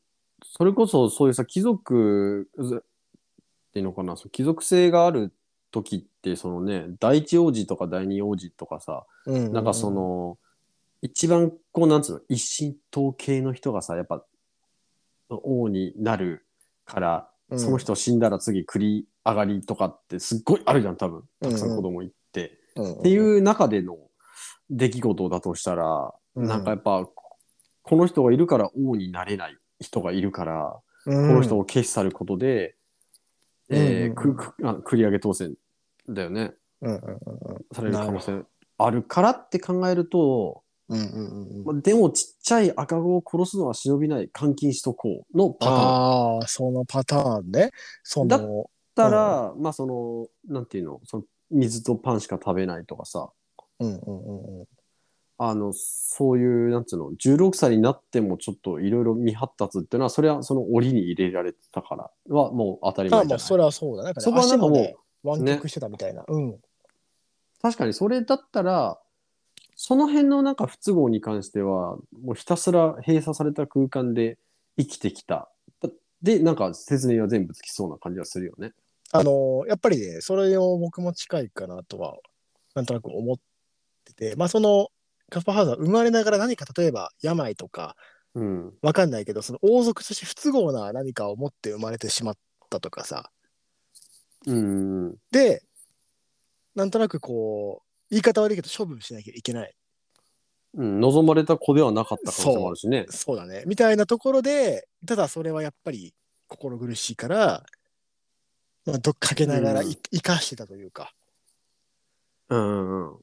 S2: それこそそういうさ、貴族ずっていうのかな、その貴族性がある時って、そのね、第一王子とか第二王子とかさ、
S1: うん
S2: なんかそ、の、一番こう、なんつうの、一神統系の人がさ、やっぱ、王になるから、
S1: うん
S2: その、人死んだら次繰り上がりとかってすっごいあるじゃん、多分。たくさ
S1: うん
S2: ん
S1: うん
S2: 子供いって。
S1: っ、
S2: っていうう中での出来事だとしたら、
S1: うん
S2: なんかやっぱ、この人がいるから王になれない人がいるから、
S1: こ
S2: この人を軽視されることで、えー
S1: うんうんう
S2: くくあ繰り上げ当選だよね。
S1: うんうんうん
S2: される可能性あるからって考えると、
S1: うんうんうん
S2: まあ、でもちっちゃい赤子を殺すのは忍びない監禁しとこうのパターン
S1: ああ、そのパターンね。そ
S2: だ
S1: の、
S2: だったら、まあそのなんていうのその水とパンしか食べないとかさ
S1: うんうんうんうん。
S2: あのそういうなんつうの16歳になってもちょっといろいろ未発達っていうのはそれはその檻に入れられてたからはもう当たり
S1: まあ
S2: 前じ
S1: ま
S2: ゃ
S1: あ、
S2: ない
S1: それはそうだね。なんかね
S2: そこはなんかもう
S1: 足ね湾曲してたみたいな。うん。
S2: 確かにそれだったらその辺のなんか不都合に関してはもうひたすら閉鎖された空間で生きてきただでなんか説明は全部つきそうな感じはするよね。
S1: あのーやっぱりね、それを僕も近いかなとは、なんとなく思ってて、まあその、カスパーハウザーは生まれながら何か例えば病とか、
S2: うん、
S1: わかんないけど、その王族として不都合な何かを持って生まれてしまったとかさ。
S2: うん
S1: で、なんとなくこう、言い方悪いけど処分しなきゃいけない。
S2: うん、望まれた子ではなかった可能性もあるしね。
S1: そうだね。みたいなところで、ただそれはやっぱり心苦しいから、まあ、どっかけながらい、
S2: うん
S1: 生かしてたというか、
S2: うんうんうん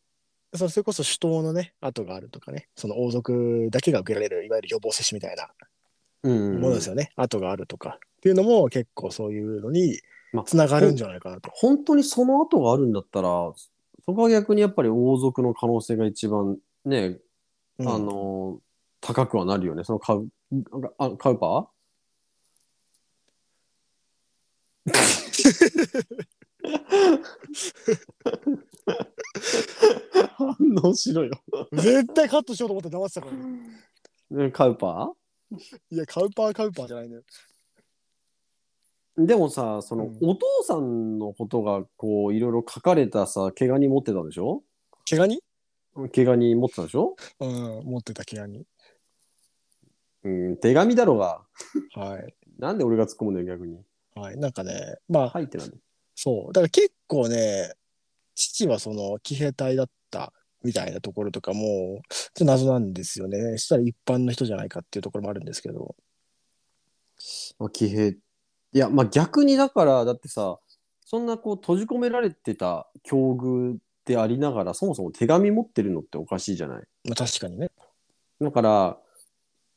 S1: そそれこそ首頭のね、跡があるとかね、その王族だけが受けられる、いわゆる予防接種みたいな
S2: うんうん
S1: ものですよね。跡があるとか。っていうのも結構そういうのに
S2: まあ
S1: つながるんじゃないかなと。
S2: 本当にその後があるんだったら、そこは逆にやっぱり王族の可能性が一番ね、
S1: うん
S2: あの、高くはなるよね。そのカウ、あカウ パー反応しろよ。
S1: 絶対カットしようと思って黙ってたからね、
S2: カウパ
S1: いや、カウパーカウパーじゃないのよ。
S2: ーでもさ、その、
S1: うん
S2: お父さんのことがこう、いろいろ書かれたさ、毛ガニ持ってたでしょ
S1: 毛ガニ
S2: 毛ガニ持ってたでしょ
S1: うん、持ってた毛ガニ。
S2: うん、手紙だろうが。
S1: はい。
S2: なんで俺が突っ込むんだよ、逆に。
S1: はい。なんかね、まあ、
S2: はいってなんで。
S1: そう。だから結構ね、父はその、騎兵隊だったみたいなところとかも、ちょっと謎なんですよね。したら一般の人じゃないかっていうところもあるんですけど。
S2: まあ、騎兵いやまあ逆にだからだってさそんなこう閉じ込められてた境遇でありながらそもそも手紙持ってるのっておかしいじゃない
S1: まあ確かにね。
S2: だから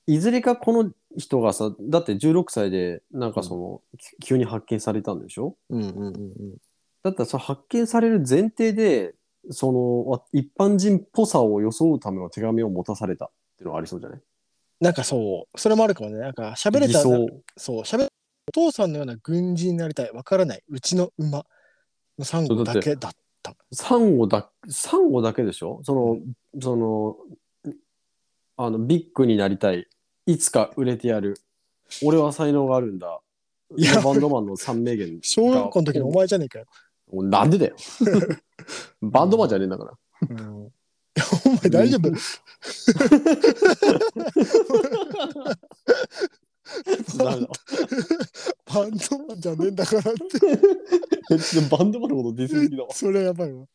S2: いずれかこの人がさだって16歳でなんかその、き急に発見されたんでしょ
S1: うんうんうんうん。
S2: だったらその発見される前提でそのわ一般人っぽさを装うための手紙を持たされたっていうのはありそうじゃない
S1: なんかそう、それもあるかもね。なんか喋れた、
S2: 偽装
S1: そう、喋れお父さんのような軍人になりたい、わからない、うちの馬のサンゴだけだった。
S2: サンゴだ、サンゴだけでしょその、その、あの、ビッグになりたい。いつか売れてやる。俺は才能があるんだ。
S1: いや
S2: バンドマンの3名言。
S1: 小学校の時のお前じゃねえかよ。
S2: おなん でだよ。バンドマンじゃねえんだから。
S1: うん、いやお前大丈夫
S2: ダ メだ
S1: バンドマンじゃねえんだからって。
S2: ちょっとバンドマンのことディスりすぎ だわ。
S1: それはやばいわ。
S2: い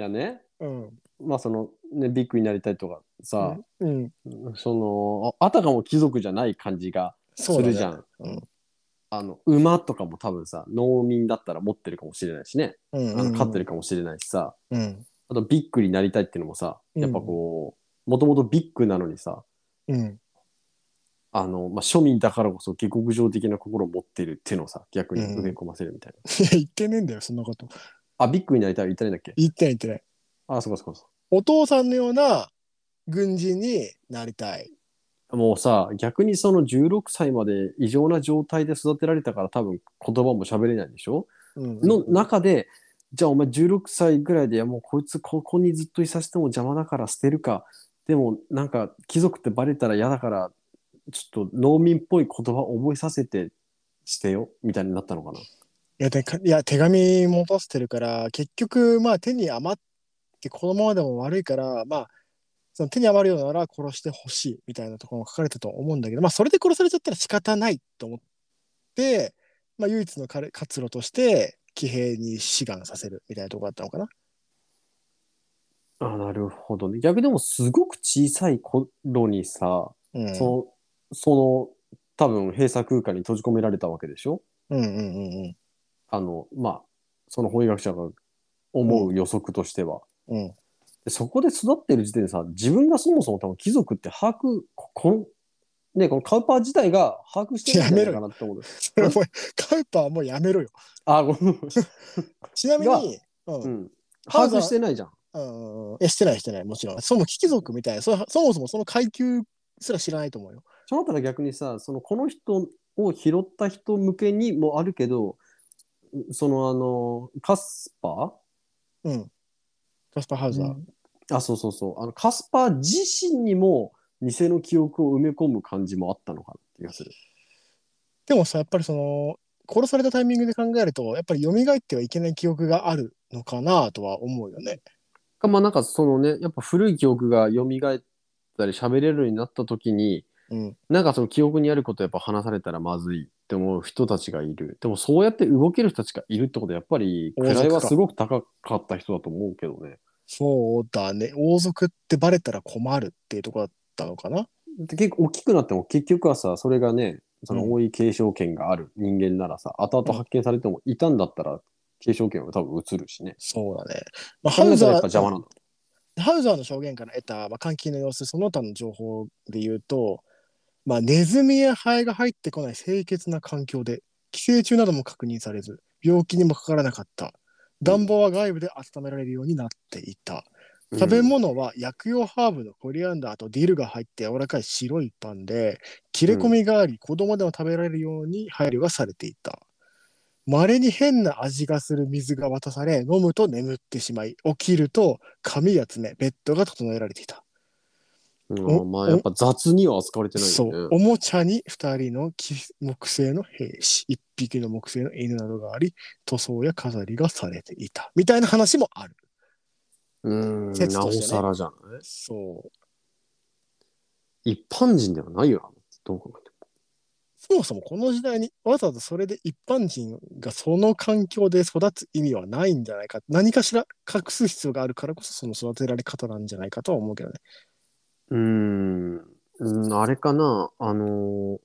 S2: やね、
S1: うん。
S2: まあその、ね、ビッグになりたいとかさ、
S1: うん。
S2: その、ああたかも貴族じゃない感じがす
S1: そうだね
S2: るじゃん。
S1: うん
S2: あの、馬とかも多分さ、農民だったら持ってるかもしれないしね。
S1: うん
S2: あの勝ってるかもしれないしさ、
S1: うん。
S2: あとビッグになりたいっていうのもさ、やっぱこう、もともとビッグなのにさ、
S1: うん。
S2: あの、まあ、庶民だからこそ下克上的な心を持ってるっていうのをさ、逆に埋め込ませるみたいな。
S1: いや、言ってねえんだよ、そんなこと。
S2: あ、ビッグになりたい言ったらいいんだっけ
S1: 言ってない言ってない。
S2: あ、そうかそうかそ
S1: お父さんのような軍人になりたい。
S2: うか。もうさ、逆にその16歳まで異常な状態で育てられたから多分言葉も喋れないんでしょ、
S1: うん、
S2: の中で、じゃあお前16歳ぐらいで、いやもうこいつここにずっといさせても邪魔だから捨てるか。でもなんか貴族ってバレたら嫌だから、ちょっと農民っぽい言葉覚えさせてしてよ、みたいになったのかな。
S1: いやでかいや手紙持たせてるから結局まあ手に余ってこのままでも悪いからまあその手に余るようなら殺してほしいみたいなところも書かれたと思うんだけどまあそれで殺されちゃったら仕方ないと思って、まあ、唯一の彼活路として騎兵に志願させるみたいなところだったのかな。
S2: あ、なるほどね。逆でもすごく小さい頃にさ、
S1: うん、
S2: その、その、多分閉鎖空間に閉じ込められたわけでしょ
S1: うんうんうん
S2: あの、まあ、その法医学者が思う予測としては。
S1: うんうん
S2: でそこで育ってる時点でさ、自分がそもそも多分貴族って把握、ここの、ね、このカウパー自体が把握してるんじゃないかなって思う。
S1: それもうカウパーもうやめろよ。
S2: あ、ごめん。
S1: ちなみに、うん
S2: う
S1: うん
S2: ん。把握してないじゃん。
S1: うんうん、いやしてないしてないもちろんその貴族みたいなそそもそもその階級すら知らないと思うよ。
S2: そうなったら逆にさ、そのこの人を拾った人向けにもあるけど、そのあの、カスパ
S1: うん。カスパーハウザー。
S2: ーあ、そうそうそう。あの、カスパー自身にも偽の記憶を埋め込む感じもあったのかなって気がする。
S1: でもさ、やっぱりその、殺されたタイミングで考えると、やっぱり蘇ってはいけない記憶があるのかなとは思うよね。
S2: かまあなんかそのね、やっぱ古い記憶が蘇ったり喋れるようになった時に、
S1: うん。
S2: なんかその記憶にあることやっぱ話されたらまずいって思う人たちがいる。でもそうやって動ける人たちがいるってことはやっぱり
S1: 王族か
S2: 位はすごく高かった人だと思うけどね。
S1: そうだね。王族ってバレたら困るっていうとこだったのかな。
S2: で結構大きくなっても結局はさ、それがね、そ
S1: うん
S2: の王位継承権がある人間ならさ、後々発見されてもいたんだったら継承権は多分移るしね。
S1: そうだね。まあ、ハ
S2: ハ
S1: ウ
S2: ウ
S1: ザ
S2: ザー
S1: ー
S2: やっぱ邪魔なんだ。
S1: ハウザーの証言から得た、まあ、監禁の様子、その他の情報で言うと、まあ、ネズミやハエが入ってこない清潔な環境で、寄生虫なども確認されず、病気にもかからなかった。暖房は外部で温められるようになっていた。
S2: うん
S1: 食べ物は薬用ハーブのコリアンダーとディルが入って柔らかい白いパンで、切れ込みがあり、子供でも食べられるように配慮がされていた。稀に変な味がする水が渡され、飲むと眠ってしまい、起きると髪や爪、ベッドが整えられていた。
S2: うんまあやっぱ雑には扱われてないよ
S1: そ
S2: ね。
S1: う。おもちゃに2人の木木製の兵士、1匹の木製の犬などがあり、塗装や飾りがされていた。みたいな話もある。
S2: うん、
S1: 説
S2: な
S1: と
S2: お
S1: してね
S2: さらじゃない
S1: そう。
S2: 一般人ではないよな。どう考えても。
S1: そもそもこの時代にわざわざそれで一般人がその環境で育つ意味はないんじゃないか。何かしら隠す必要があるからこそその育てられ方なんじゃないかとは思うけどね。
S2: うーん、うんあれかな、あの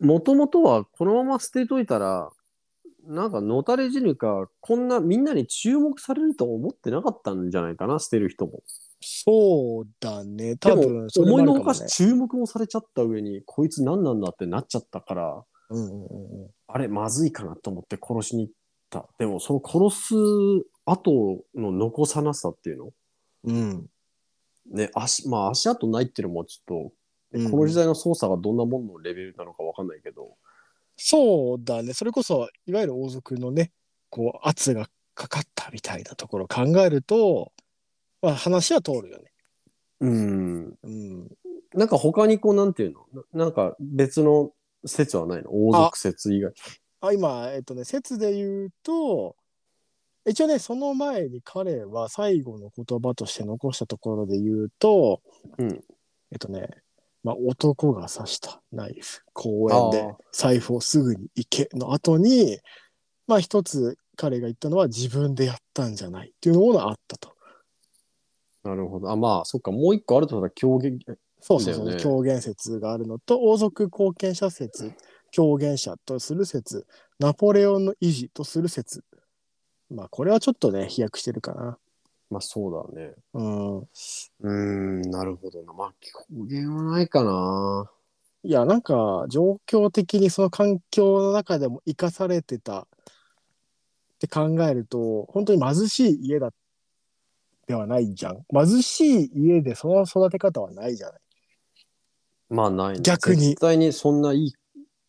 S2: もともとはこのまま捨てといたら、なんかのたれ死ぬか、こんなみんなに注目されると思ってなかったんじゃないかな、捨てる人も。
S1: そうだね。
S2: で
S1: 多
S2: も
S1: 分、それも
S2: 思
S1: あ
S2: い
S1: る
S2: の
S1: か
S2: ほ
S1: も
S2: か
S1: ね。
S2: 注目もされちゃった上に、こいつ何なんだってなっちゃったから、
S1: うんうんうんうん
S2: あれ、まずいかなと思って殺しに行った。でも、その殺す後の残さなさっていうの
S1: うん。
S2: ね、足、まあ足跡ないっていうのもちょっと、
S1: うん
S2: この時代の捜査がどんなもののレベルなのかわかんないけど、
S1: そうだね。それこそ、いわゆる王族のね、こう、圧がかかったみたいなところを考えると、まあ、話は通るよね。
S2: うん。
S1: うん。
S2: なんか他にこう、なんていうのななんか別の説はないの王族説以外。
S1: あ、今、えっとね、説で言うと、一応ね、その前に彼は最後の言葉として残したところで言うと、
S2: うん
S1: えっとね、まあ、男が刺したナイフ、公園
S2: あ
S1: で
S2: ー
S1: 財布をすぐに行けの後に、まあ一つ彼が言ったのは自分でやったんじゃないっていうのがあったと。
S2: なるほど。あ、まあ、そっか、もう一個あるとしたら狂言、
S1: そうそうそう、
S2: だよね
S1: 狂言説があるのと、王族貢献者説、狂言者とする説、ナポレオンの維持とする説。まあ、これはちょっとね、飛躍してるかな。
S2: まあそうだね。
S1: うん。
S2: うん、なるほどな。まあ、狂言はないかな。
S1: いや、なんか、状況的にその環境の中でも生かされてたって考えると、本当に貧しい家だではないじゃん。貧しい家でその育て方はないじゃない。
S2: まあない、ね、
S1: 逆に
S2: 絶対にそんないい、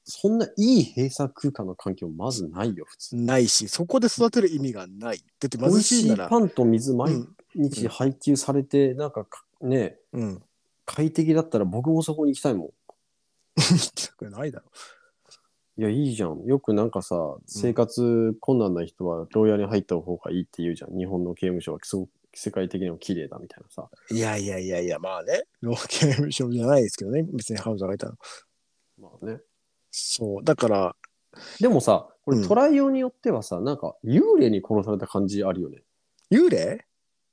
S2: そんないい閉鎖空間の環境、まずないよ、普通。
S1: ないし、そこで育てる意味がない。だって
S2: 美
S1: 貧
S2: 味
S1: しい
S2: し
S1: ないら。
S2: パンと水毎
S1: うんう
S2: 日
S1: ん
S2: 配給されて、なんかかね、
S1: うん。
S2: 快適だったら僕もそこに行きたいも
S1: 行きたくないだろ。
S2: ん。いや、いいじゃん。よくなんかさ、生活困難な人は牢屋に入った方がいいって言うじゃん。日本の刑務所はすごく世界的にも綺麗だみたいなさ。
S1: いやいやいやいや、まあね、老刑務所じゃないですけどね、別にハウザーがいたの。
S2: まあね。
S1: そう、だから、
S2: でもさ、こ
S1: う
S2: れ
S1: ん
S2: トライ用によってはさ、なんか幽霊に殺された感じあるよね。
S1: 幽霊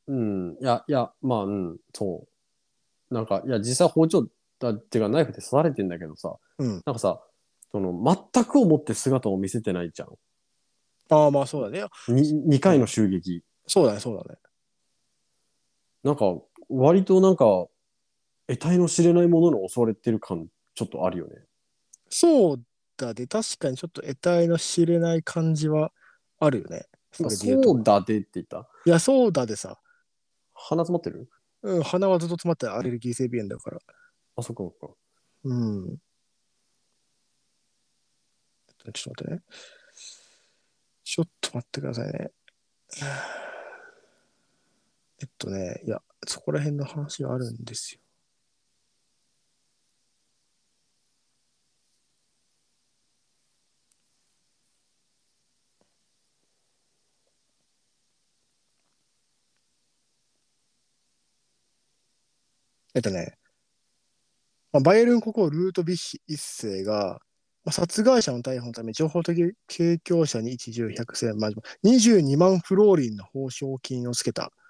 S2: うん。いや、いや、まあ、うん、そう。なんか、いや、実際包丁だっていうかナイフで刺されてんだけどさ、
S1: うん。
S2: なんかさ、その、全くをもって姿を見せてないじゃん。
S1: ああ、まあそうだね。
S2: に2回の襲撃。
S1: そうだね、そうだね。
S2: なんか、割となんか、得体の知れないものに襲われてる感、ちょっとあるよね。
S1: そうだで、確かにちょっと得体の知れない感じはあるよね。それで言う
S2: そ
S1: と。
S2: うだでって言った。
S1: いや、そうだでさ、
S2: 鼻詰まってる
S1: うん、鼻はずっと詰まってアレルギー性鼻炎だから。
S2: あ、そっかそっか。
S1: うん。ちょっと待ってね。ちょっと待ってくださいね。 えっとね、いや、そこら辺の話があるんですよ。えっとね、まあ、バイエルン国王ルートビッヒ一世が、まあ、殺害者の逮捕のため、情報的提供者に一重百千万、22万フローリンの報奨金をつけた。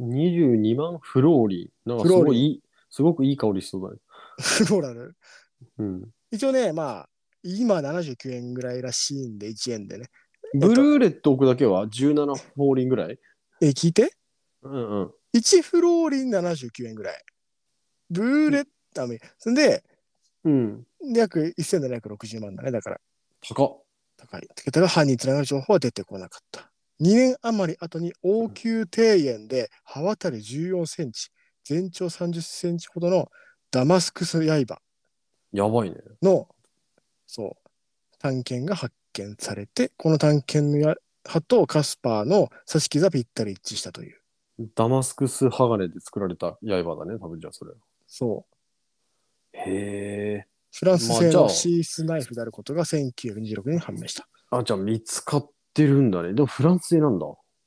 S2: 22万フローリー。なんかす
S1: フロー
S2: ごい
S1: リー
S2: いい、すごくいい香りしそうだね。
S1: フローラル。
S2: うん。
S1: 一応ね、まあ、今79円ぐらいらしいんで、1円でね。
S2: ブルーレット置くだけは17ホーリンぐらい
S1: え、聞いて。
S2: うんうん。
S1: 1フローリン79円ぐらい。ブルーレット、あ、めそんで、
S2: うん。
S1: 約1760万だね。だから、
S2: 高っ。
S1: 高い。だけど、犯人につながる情報は出てこなかった。2年余り後に王宮庭園で刃渡り14センチ、全長30センチほどのダマスクス刃
S2: やばいね。
S1: の、そう、探検が発見されて、この探検の刃とカスパーの刺し傷はぴったり一致したという。
S2: ダマスクス鋼で作られた刃だね、多分じゃあそれ。
S1: そう。
S2: へえ。
S1: フランス
S2: まあ
S1: 製
S2: じゃあ
S1: のシースナイフであることが1926年に判明した。
S2: あ、じゃあ見つかってるんだね。でもフランス製なんだ。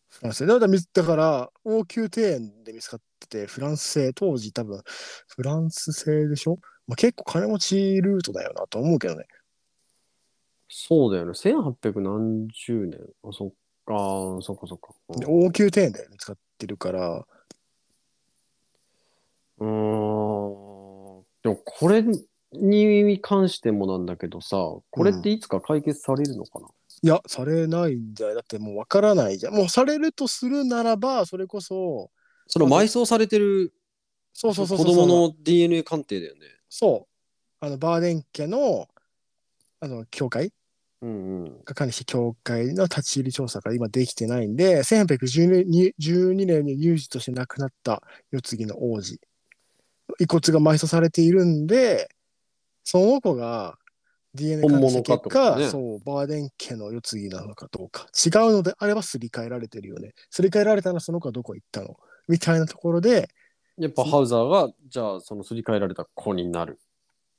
S1: フランス製だからみだから、王宮庭園で見つかってて、フランス製、当時多分、フランス製でしょまあ、結構金持ちルートだよなと思うけどね。
S2: そうだよね。1800何十年。あ、そっか、そっかそっか。うん
S1: で王宮庭園で見つかってるから、
S2: うーんでもこれに関してもなんだけどさ、これっていつか解決されるのかな、
S1: いや、されないんじゃないだってもうわからないじゃん。もうされるとするならば、それこそ、
S2: その埋葬されてる
S1: そうそうそう
S2: 子
S1: そう
S2: 供の DNA 鑑定だよね。
S1: そう、あの、バーデン家の、あの、教会
S2: うんうん。
S1: が管理して教会の立ち入り調査が今できてないんで、1812 12年に乳児として亡くなった世継ぎの王子。遺骨が埋葬されているんで、その子が DNA
S2: 本
S1: 鑑定
S2: 物
S1: した
S2: かって
S1: 結
S2: こと
S1: 果、そ
S2: ね
S1: う、バーデン家の世継ぎなのかどうか。違うのであればすり替えられてるよね。すり替えられたのはその子はどこ行ったのみたいなところで
S2: やっぱハウザーが、じゃあそのすり替えられた子になる。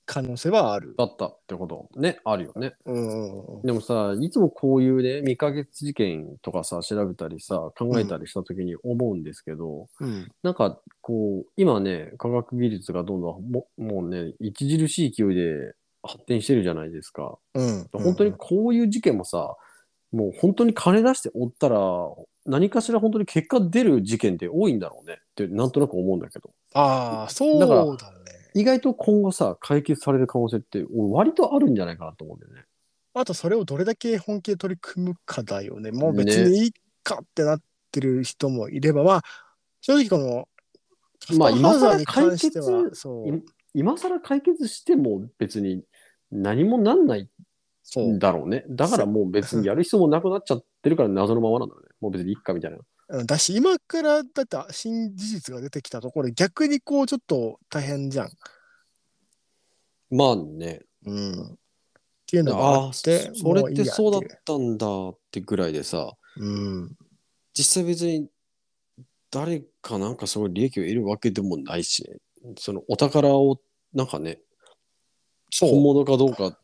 S1: 可能性はある。
S2: だったってことね、あるよね。
S1: うんうんうん。
S2: でもさ、いつもこういうね、未解決事件とかさ、調べたりさ、考えたりした時に思うんですけど、
S1: うん。
S2: なんかこう、今ね、科学技術がどんどんももうね、著しい勢いで発展してるじゃないですか。
S1: うん。
S2: 本当にこういう事件もさ、もう本当に金出して追ったら、何かしら本当に結果出る事件って多いんだろうねって、なんとなく思うんだけど、
S1: ああ、そうだ
S2: だから
S1: ね。
S2: 意外と今後さ、解決される可能性って、俺割とあるんじゃないかなと思うんだよね。
S1: あとそれをどれだけ本気で取り組むかだよね。もう別にいいかってなってる人もいれば、まあ、正直この、
S2: まあ
S1: カスパーハウザー
S2: 今更
S1: に関しては
S2: 解決
S1: そう、
S2: 今更解決しても別に何もなんない
S1: そ
S2: ん
S1: う
S2: だろうね。だからもう別にやる必要もなくなっちゃってるから謎のままなんだよね。もう別にいっかみたいな。
S1: うん。だし、今からだって新事実が出てきたところ、逆にこう、ちょっと大変じゃん。
S2: まあね。
S1: うん。っていうのが
S2: あ
S1: あ
S2: あ、
S1: っ
S2: そ
S1: て、
S2: それ
S1: も
S2: っ
S1: いい
S2: て
S1: や
S2: そうだって
S1: いう
S2: たんだってぐらいでさ、
S1: うん。
S2: 実際別に誰かなんかすごい利益を得るわけでもないしね、そのお宝をなんかね、
S1: そう
S2: 本物かどうか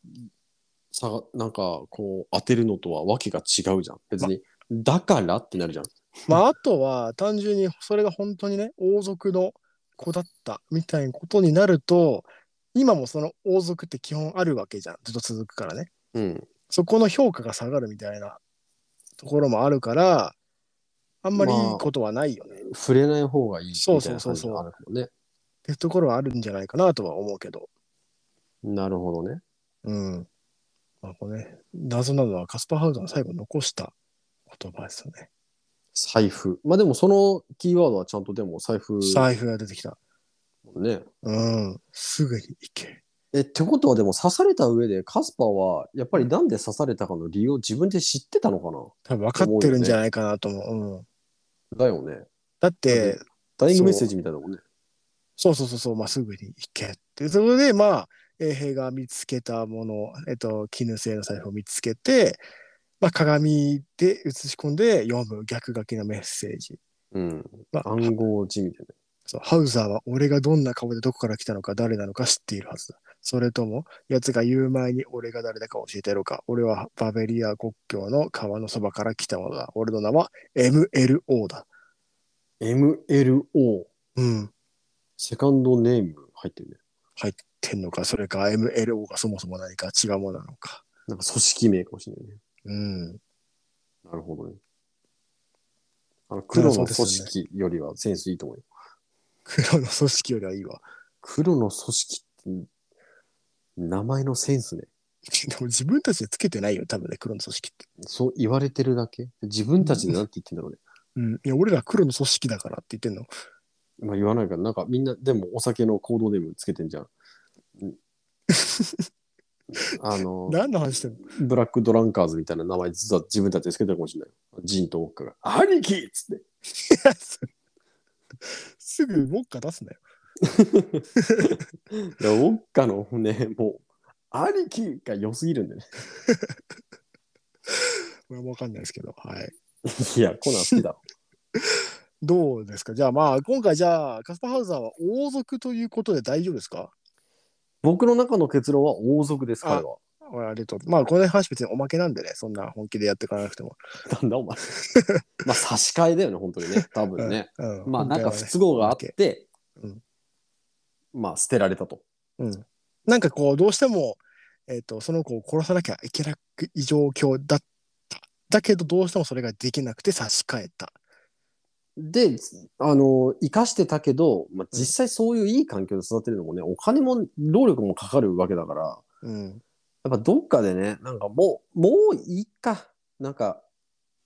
S2: さが、なんかこう当てるのとはわけが違うじゃん。別に、だからってなるじゃん。
S1: まあ、あとは単純にそれが本当にね王族の子だったみたいなことになると今もその王族って基本あるわけじゃんずっと続くからね
S2: うん。
S1: そこの評価が下がるみたいなところもあるからあんまりいいことはないよね、
S2: 触れない方がいいみたいな
S1: そうそうそ
S2: 感じ
S1: うそう
S2: があるかもね。
S1: ってところはあるんじゃないかなとは思うけど
S2: なるほどね。
S1: うんまあこれね謎なのはカスパーハウザーの最後に残した言葉ですよね
S2: 財布。まあでもそのキーワードはちゃんとでも財布
S1: 財布が出てきた
S2: ね。
S1: うんすぐに行け
S2: え、ってことはでも刺された上でカスパーはやっぱりなんで刺されたかの理由を自分で知ってたのかな
S1: 多分分かってるんじゃないかなと思う、うん、
S2: だよね。
S1: だって
S2: ダイイングメッセージみたいだもんね。
S1: そうそうそうそう、まあ、すぐに行けって。それで、まあ、衛兵が見つけたもの、えっと、絹製の財布を見つけて、まあ、鏡で写し込んで読む逆書きのメッセージ。
S2: うん。
S1: まあ、
S2: 暗号字みたいな。
S1: そうハウザーは俺がどんな顔でどこから来たのか誰なのか知っているはずだ。それとも、奴が言う前に俺が誰だか教えてやろうか。俺はバベリア国境の川のそばから来たものだ。俺の名は MLO だ。
S2: MLO。
S1: うん。
S2: セカンドネーム入ってるね。
S1: 入ってんのか、それか MLO がそもそも何か違うものなのか。
S2: なんか組織名かもしれないね。
S1: うん。
S2: なるほどね。あの黒の組織よりはセンスいいと思うよ。
S1: 黒の組織よりはいいわ。
S2: 黒の組織って名前のセンスね。
S1: でも自分たちでつけてないよ、多分ね、黒の組織って。
S2: そう言われてるだけ。自分たちでなんて言ってんだろうね。
S1: うん。いや、俺ら黒の組織だからって言ってんの。
S2: まあ言わないから、なんかみんな、でもお酒の行動ネームつけてんじゃん。うんあの、
S1: 何の話してんの
S2: ブラックドランカーズみたいな名前実は自分たちでつけてるかもしれない。ジンとウォッカが、兄貴っつって。
S1: すぐウォッカ出すなよ。
S2: いやウォッカのね、もう、兄貴が良すぎるんでね。
S1: これもわかんないですけど。はい。
S2: いや、コナン好きだろ。
S1: どうですかじゃあまあ、今回じゃあ、カスパーハウザーは王族ということで大丈夫ですか
S2: 僕の中の結論は王族です、彼は。
S1: あありがとう。まあ、この話別におまけなんでね、そんな本気でやっていかなくても。
S2: なんだお前。まあ差し替えだよね、本当にね。多分ね。
S1: うん。
S2: まあなんか不
S1: 今
S2: 都合があっ
S1: 回はね
S2: て
S1: うん、
S2: まあ捨てられたと。
S1: うん。なんかこう、どうしても、えっ、と、その子を殺さなきゃいけない状況だった。だけど、どうしてもそれができなくて差し替えた。
S2: で、あの、生かしてたけど、まあ、実際そういういい環境で育てるのもね、お金も労力もかかるわけだから、
S1: うん。
S2: やっぱどっかでね、なんかもう、もういいか、なんか、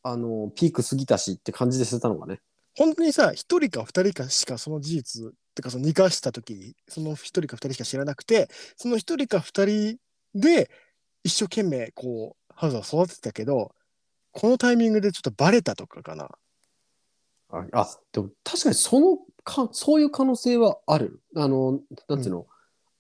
S2: あの、ピーク過ぎたしって感じでしてたのがね。
S1: 本当にさ、一人か二人かしかその事実、てかその生かした時に、その一人か二人しか知らなくて、その一人か二人で一生懸命こう、ハウザーを育ててたけど、このタイミングでちょっとバレたとかかな。
S2: あ、でも確かにそのか、そういう可能性はある。あの、なんていうの、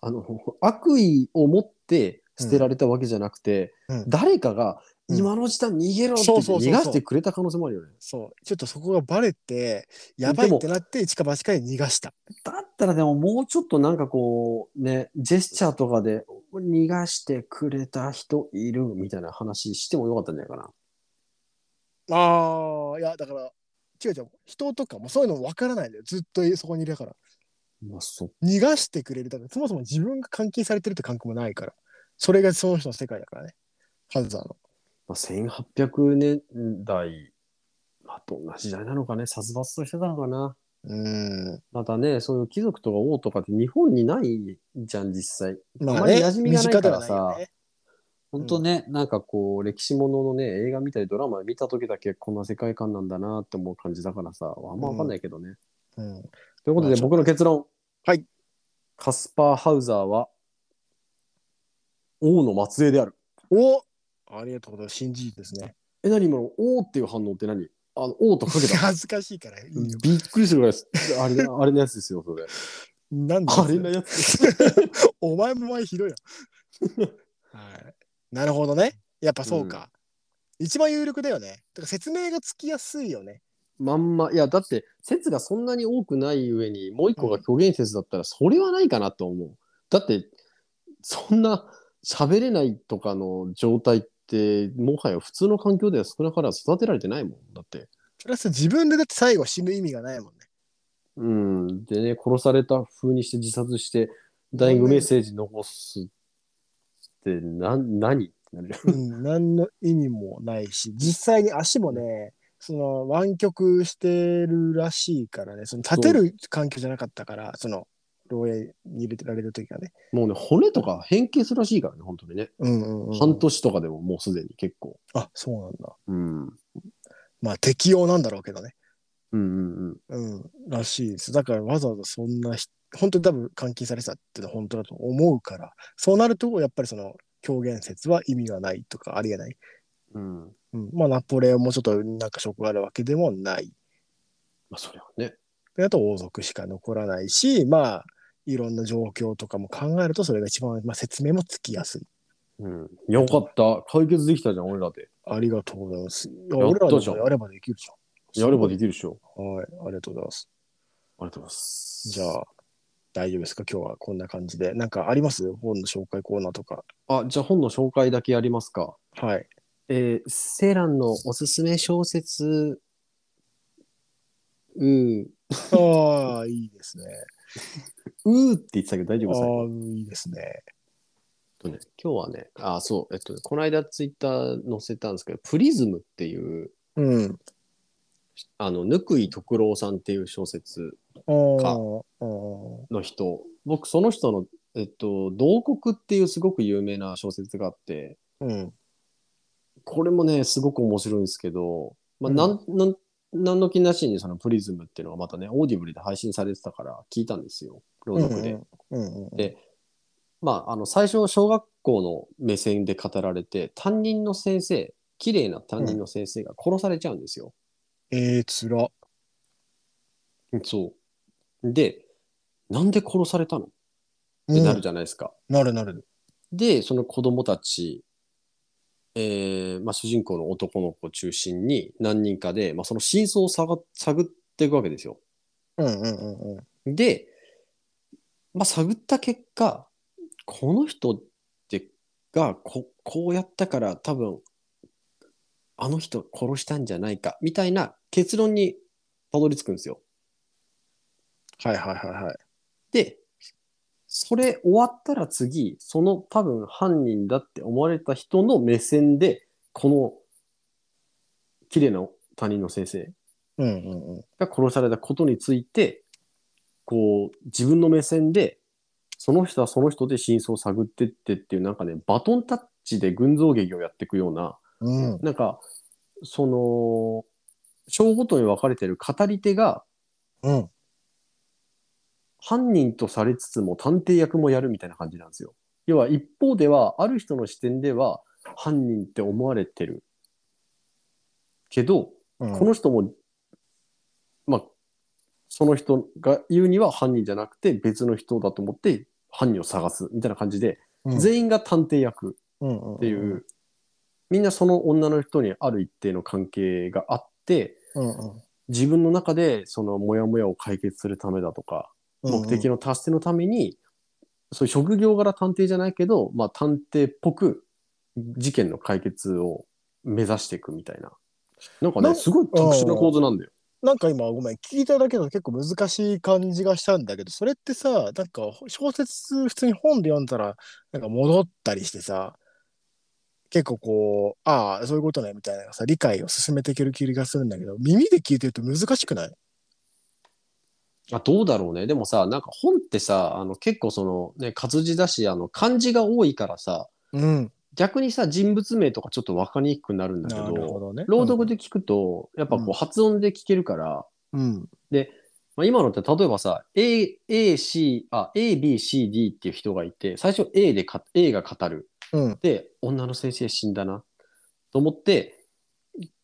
S2: あの、悪意を持って捨てられたわけじゃなくて、
S1: うんうん
S2: 誰かが
S1: うん
S2: 今のうちだ逃げろって
S1: そ
S2: 言
S1: う
S2: って
S1: そうそう
S2: 逃
S1: そう
S2: がしてくれた可能性もあるよね。
S1: そう。ちょっとそこがバレて、やばいってなって、一か八かで逃がした。
S2: だったらでももうちょっとなんかこうね、ジェスチャーとかで逃がしてくれた人いるみたいな話してもよかったんじゃないかな。
S1: ああ、いや、だから、違う違う。人とかもそういうの分からないんだよ。ずっとそこにいるから。
S2: まあ、そ
S1: 逃がしてくれる。だから、そもそも自分が監禁されてるって感覚もないから。それがその人の世界だからね。ハンザーの。
S2: まあ、1800年代、まあ、どんな時代なのかね、殺伐としてたのかな。
S1: うん。
S2: またね、そういう貴族とか王とかって日本にないじゃん、実際。
S1: ま
S2: あ
S1: あ
S2: まり
S1: ね、
S2: 馴染みがないか
S1: 身近
S2: らさ
S1: ではないよね
S2: ほんとね、なんかこう、歴史もののね、映画見たりドラマ見た時だけこんな世界観なんだなって思う感じだからさ、あんまわかんないけどね。
S1: うん。
S2: というこ
S1: ま
S2: とで、
S1: あちょっと
S2: 僕の結論。
S1: はい。
S2: カスパー・ハウザーは、王の末裔である。
S1: おありがとうございます。新事実ですね。
S2: え、何今の王っていう反応って何あの、王とかけた。
S1: 恥ずかし いからいいよ。
S2: びっくりするぐらいです、あれ、 あれのやつですよ、それ。
S1: なんだ
S2: あれのやつ。
S1: お前もお前ひどい な。はい。なるほどね。やっぱそうか。一番有力だよね。だから説明がつきやすいよね。
S2: まんま、いや、だって、説がそんなに多くない上に、もう一個が虚言説だったら、それはないかなと思う。だって、そんな、喋れないとかの状態って、もはや普通の環境では少なからず育てられてないもん。だって。
S1: プラス自分でだって最後死ぬ意味がないもんね。
S2: うん。でね、殺された風にして自殺して、ダイイングメッセージ残すって、な、何ってなるよ
S1: うん、何の意味もないし、実際に足もね、その湾曲してるらしいからね、その立てる環境じゃなかったから、その牢屋に入れられる時がね。
S2: もうね、骨とか変形するらしいからね、本当にね。
S1: うんうん、うん。
S2: 半年とかでももうすでに結構。
S1: あ、そうなんだ。
S2: うん。
S1: まあ適用なんだろうけどね。
S2: うんうんうん。
S1: うん、らしいです。だからわざわざそんなひ、本当に多分監禁されてたっていうのは本当だと思うから、そうなると、やっぱりその表現説は意味がないとかありえない。
S2: うん。
S1: うん、まあ、ナポレオンもちょっとなんか職があるわけでもない。
S2: まあ、それはね。
S1: であと王族しか残らないし、まあ、いろんな状況とかも考えると、それが一番、まあ、説明もつきやすい。
S2: うん。よかった。解決できたじゃん、俺らで。
S1: ありがとうございます。いや
S2: やっ
S1: 俺ら
S2: た
S1: の
S2: じゃん
S1: やればできるじゃん。
S2: やればできるでしょ。
S1: はい、ありがとうございます。
S2: ありがとうございます。
S1: じゃあ、大丈夫ですか今日はこんな感じで。なんかあります本の紹介コーナーとか。
S2: あ。じゃあ本の紹介だけやりますか。
S1: はい。
S2: えー、セランのおすすめ小説。うー。
S1: ああ、いいですね。
S2: うーって言ってたけど大丈
S1: あ
S2: 夫ですか
S1: あ、いいですね。
S2: えっとね今日はね、あ、そう、えっと、この間ツイッター載せたんですけど、プリズムっていう、
S1: うん。
S2: あの、ぬ井徳郎さんっていう小説
S1: あ
S2: か
S1: ーあー、
S2: の人、僕、その人の、えっと、慟哭っていうすごく有名な小説があって、
S1: うん。
S2: これもね、すごく面白いんですけど、まあ、なん、なん、なんの気なしにそのプリズムっていうのがまたね、オーディブルで配信されてたから聞いたんですよ。朗読で。
S1: うんうんうん。
S2: でまあ、あの、最初、小学校の目線で語られて、担任の先生、綺麗な担任の先生が殺されちゃうんですよ。
S1: ええー、つら。
S2: そう。で、なんで殺されたのっ
S1: う
S2: て
S1: ん
S2: なるじゃないですか。
S1: なるなる。
S2: で、その子供たち、えーまあ、主人公の男の子を中心に何人かで、まあ、その真相を探探っていくわけですよ。
S1: うんうんうんうん。
S2: で、まあ、探った結果、この人ってがここうやったから多分あの人殺したんじゃないかみたいな結論にたどり着くんですよ。
S1: はいはいはいはい。
S2: で、それ終わったら次、その多分犯人だって思われた人の目線で、この綺麗な他人の先生
S1: うんうんうん。
S2: が殺されたことについて、こう、自分の目線で、その人はその人で真相を探ってってっていう、なんかね、バトンタッチで群像劇をやっていくような、
S1: うん
S2: なんか、その、章ごとに分かれてる語り手が
S1: うん。
S2: 犯人とされつつも探偵役もやるみたいな感じなんですよ。要は一方では、ある人の視点では犯人って思われてる。けど、
S1: うん。
S2: この人も、まあ、その人が言うには犯人じゃなくて別の人だと思って犯人を探すみたいな感じで、
S1: うん
S2: 全員が探偵役っていう、。みんなその女の人にある一定の関係があって、
S1: うんうん
S2: 自分の中でそのモヤモヤを解決するためだとか、
S1: うん。
S2: 目的の達成のために、そういう職業柄探偵じゃないけど、まあ探偵っぽく事件の解決を目指していくみたいな。なんか
S1: な
S2: ね、すごい特殊な構図なんだよ。
S1: なんか今ごめん聞いただけだと結構難しい感じがしたんだけどそれってさなんか小説普通に本で読んだらなんか戻ったりしてさ結構こうああそういうことねみたいなさ理解を進めていける気がするんだけど耳で聞いてると難しくない
S2: あどうだろうね。でもさ、なんか本ってさ、あの結構そのね、活字だし、あの漢字が多いからさ、
S1: うん
S2: 逆にさ、人物名とかちょっと分かりにくくなるんだけ
S1: な
S2: ど、
S1: るほどね
S2: 朗読で聞くと、やっぱこ
S1: う
S2: うん発音で聞けるから、
S1: うん
S2: まあ、今のって例えばさ、A、A、C、あ、A、B、C、D っていう人がいて、最初 A でか、A が語る。
S1: うん
S2: で、女の先生死んだな。と思って、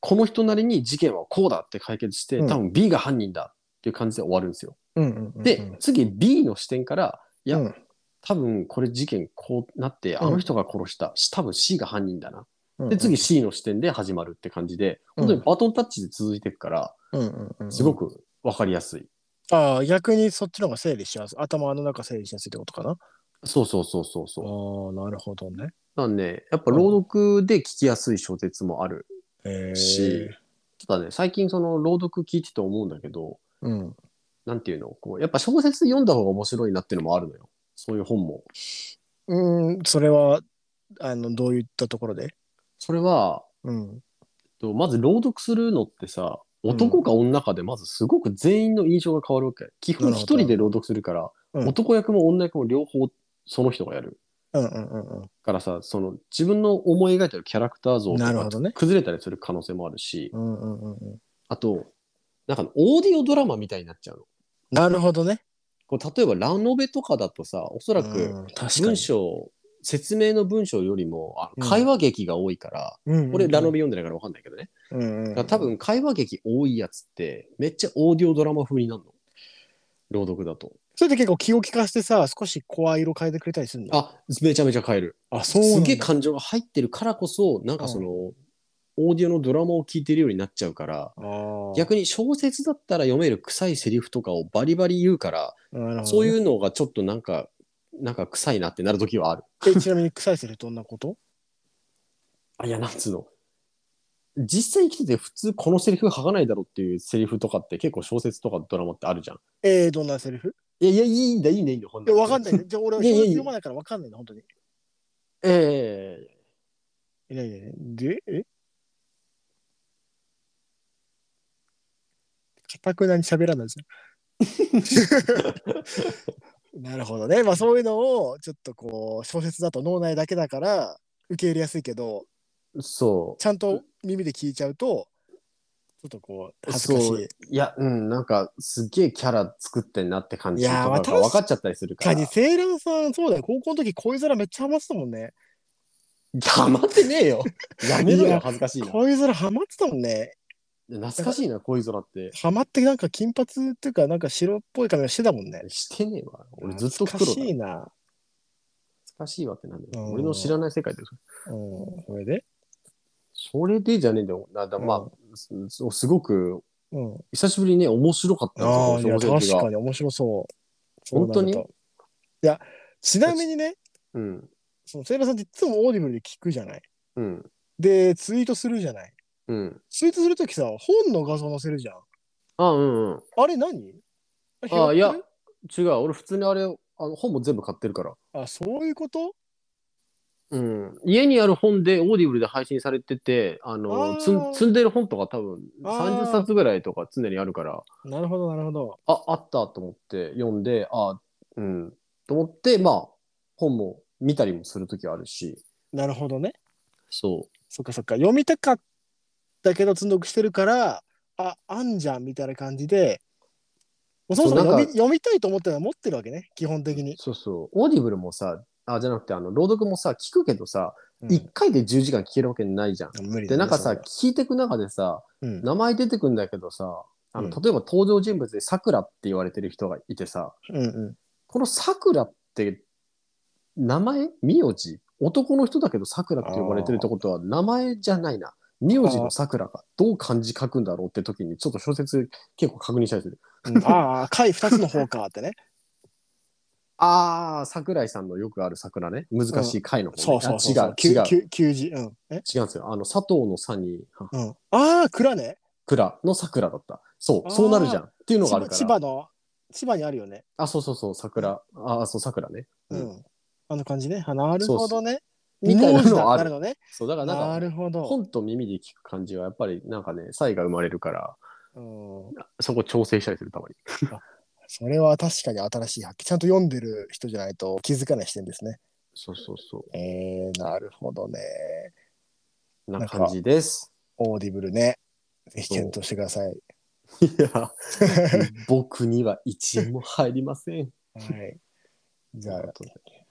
S2: この人なりに事件はこうだって解決して、
S1: うん
S2: 多分 B が犯人だっていう感じで終わるんですよ。
S1: うんうんうん
S2: で、次 B の視点から、いや、
S1: うん
S2: 多分これ事件こうなって、
S1: うん
S2: あの人が殺した。し多分 C が犯人だな。
S1: うん
S2: で、次 C の視点で始まるって感じで、
S1: うん
S2: 本当にバトンタッチで続いていくから、
S1: うんうんうん
S2: すごくわかりやすい。
S1: ああ逆にそっちの方が整理しやすい頭の中整理しやすいってことかなあ
S2: そうそうそうそうそう。
S1: あなるほどね
S2: なんで、やっぱ朗読で聞きやすい小説もある。
S1: へえ
S2: しただね、最近その朗読聞いてて思うんだけど、
S1: うん
S2: なんていうのこう、やっぱ小説読んだ方が面白いなっていうのもあるのよ。そういう本も。
S1: うんそれはあのどういったところで
S2: それは、
S1: うん。
S2: えっとまず朗読するのってさ、男か女かでまずすごく全員の印象が変わるわけ。基本
S1: なる
S2: 一
S1: ほど
S2: 人で朗読するから、
S1: うん
S2: 男役も女役も両方その人がやる。
S1: うんうんうん
S2: からさ、その自分の思い描いてるキャラクター像と
S1: なるほど
S2: か
S1: ね
S2: 崩れたりする可能性もあるし、
S1: うん。うんうんうんうん。
S2: あと、なんかオーディオドラマみたいになっちゃうの。
S1: なるほどね。
S2: こう例えばラノベとかだとさおそらく
S1: うん、確か
S2: 文
S1: に。
S2: 章説明の文章よりもあ
S1: うん
S2: 会話劇が多いから、
S1: うん
S2: 俺ラノ
S1: ベ。
S2: ベ読んでないから分かんないけどね、
S1: うんうん
S2: だから多。分会話劇多いやつってめっちゃオーディオドラマ風になるの朗読だと
S1: それで結構気を利かしてさ、少し声色変えてくれたりするの
S2: あめちゃめちゃ変える
S1: あ、そうなん
S2: す
S1: だ
S2: げえ感情が入ってるからこそなんかその、オーディオのドラマを聞いてるようになっちゃうから
S1: あ
S2: 逆に小説だったら読める臭いセリフとかをバリバリ言うから、
S1: 逆。
S2: そういううのがちょっとなんかなんか臭いなってなる時はある
S1: えちなみに、臭いセルどんなこと
S2: あいや、なんつうの。実際に来てて普通このセリフ吐かないだろうっていうセリフとかって結構小説とかドラマってあるじゃん。
S1: えー、どんなセリフ
S2: いやいや、いいんだ、いいんだ、いいんだ、ほん。
S1: いや、わかんないい。じゃあ俺、
S2: いやいやいや
S1: 読まないからわかんないの、本当に。
S2: ええ
S1: いやいやいやで、えかたくなに喋ら ないじゃん。なるほどね。まあそういうのをちょっとこう小説だと脳内だけだから受け入れやすいけど
S2: そ
S1: ちゃんと耳で聞いちゃうとちょっとこう
S2: う。
S1: 恥ずかし
S2: そう
S1: い
S2: いや、うん、なんかすっげえキャラ作ってんなって感じ
S1: い
S2: と
S1: やー
S2: か
S1: ま
S2: が
S1: あ確か
S2: 分かっちゃったりするか
S1: 確からに。セイランさんそうだよ高校の時恋空めっちゃハマってたもんね
S2: 黙ってねえよ。やめろ
S1: い
S2: よ、
S1: や
S2: 恥ずかしいな。
S1: 恋空ハマってたもんね
S2: 懐かしいな、恋空って。
S1: ハマってなんか金髪っていうかなんか白っぽい髪がしてたもんね
S2: してねえわ。俺ずっと黒
S1: 懐
S2: だ。
S1: かしいな
S2: 懐かしいわってなんだよ。
S1: うん
S2: 俺の知らない世界で
S1: うんそれで
S2: それでじゃねえんだよ。なだまあ、すすごく
S1: うん
S2: 久しぶりにね、面白かった
S1: ああ、
S2: ん
S1: い
S2: で
S1: や、
S2: す
S1: 確
S2: よ、小説
S1: か
S2: が。
S1: に面白そう。
S2: 本当に
S1: そうなるといや、ちなみにね、
S2: うん。
S1: そのセイラさんっていつもオーディブルで聞くじゃない。
S2: うん。
S1: で、ツイートするじゃない。
S2: うん。
S1: ツイートするときさ、本の画像載せるじゃん。
S2: あ、うん、うん。
S1: あれ何
S2: あ、いや
S1: 拾ってる、
S2: 違う。俺、普通にあれ、あの本も全部買ってるから。
S1: あ、そういうこと
S2: うん、家にある本でオーディブルで配信されててあの
S1: あー
S2: 積ん積んでる本とか多分
S1: あー
S2: 30冊ぐらいとか常にあるから
S1: なるほど、なるほど。
S2: ああったと思って読んであうんと思ってまあ本も見たりもする時はあるし
S1: なるほどね。
S2: そ
S1: そっかそっか。読みたかったけど、積んどくしてるから、あ、あんじゃんみたいな感じで、もうそもそも
S2: そうなんか
S1: 読み読みたいと思ってるのは持ってるわけね、基本的
S2: う
S1: に。
S2: そうそうオーディブルもさあじゃなくてあの朗読もさ聞くけどさ、
S1: うん
S2: 一1回で10時間聞けるわけないじゃん。
S1: 無理だね
S2: でなんかさ
S1: それは
S2: 聞いてく中でさ
S1: うん
S2: 名前出てくんだけどさあの
S1: うん
S2: 例えば登場人物でさくらって言われてる人がいてさ、
S1: うんうん
S2: このさくらって名前名字男の人だけどさくらって呼ばれてるってことは名前じゃないな名字のさくらがどう漢字書くんだろうって時にちょっと小説結構確認したりする
S1: うん、 ああ、回二つの方かってね。
S2: ああ桜井さんのよくある桜ね難しい貝の方、ね
S1: そうそうそう
S2: あ
S1: そう。
S2: 違う違う
S1: きゅきゅ給仕うん。え
S2: 違うんですよあの佐藤のさに
S1: うん。ああ、蔵ね。
S2: 蔵の桜だったそ
S1: あー
S2: うそうなるじゃんっていうのがあ
S1: 千葉
S2: るか
S1: 千
S2: ら
S1: 葉の、千葉にあるよね。
S2: あそうそうそう桜あそう桜ね
S1: う。
S2: うんん
S1: あの感じね。あなるほどね。
S2: そう
S1: みたいな
S2: みたいなのあ
S1: な
S2: る
S1: るのね。
S2: そうだからなんか
S1: なるほど。
S2: 本と耳で聞く感じはやっぱりなんかね差異が生まれるから
S1: うん。
S2: そこ調整したりするたまに
S1: それは確かに新しい発見。ちゃんと読んでる人じゃないと気づかない視点ですね。
S2: そうそうそ
S1: えー、なるほどね。
S2: う。な感じです。
S1: オーディブルね。ぜひ検討してください。
S2: いや、 僕には一円も入りません。
S1: はい。じゃ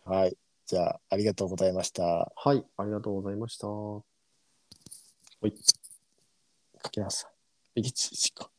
S1: あ、はい。じゃあ、ありがとうございました。
S2: はい、ありがとうございました。はい、
S1: かけます。1、1個。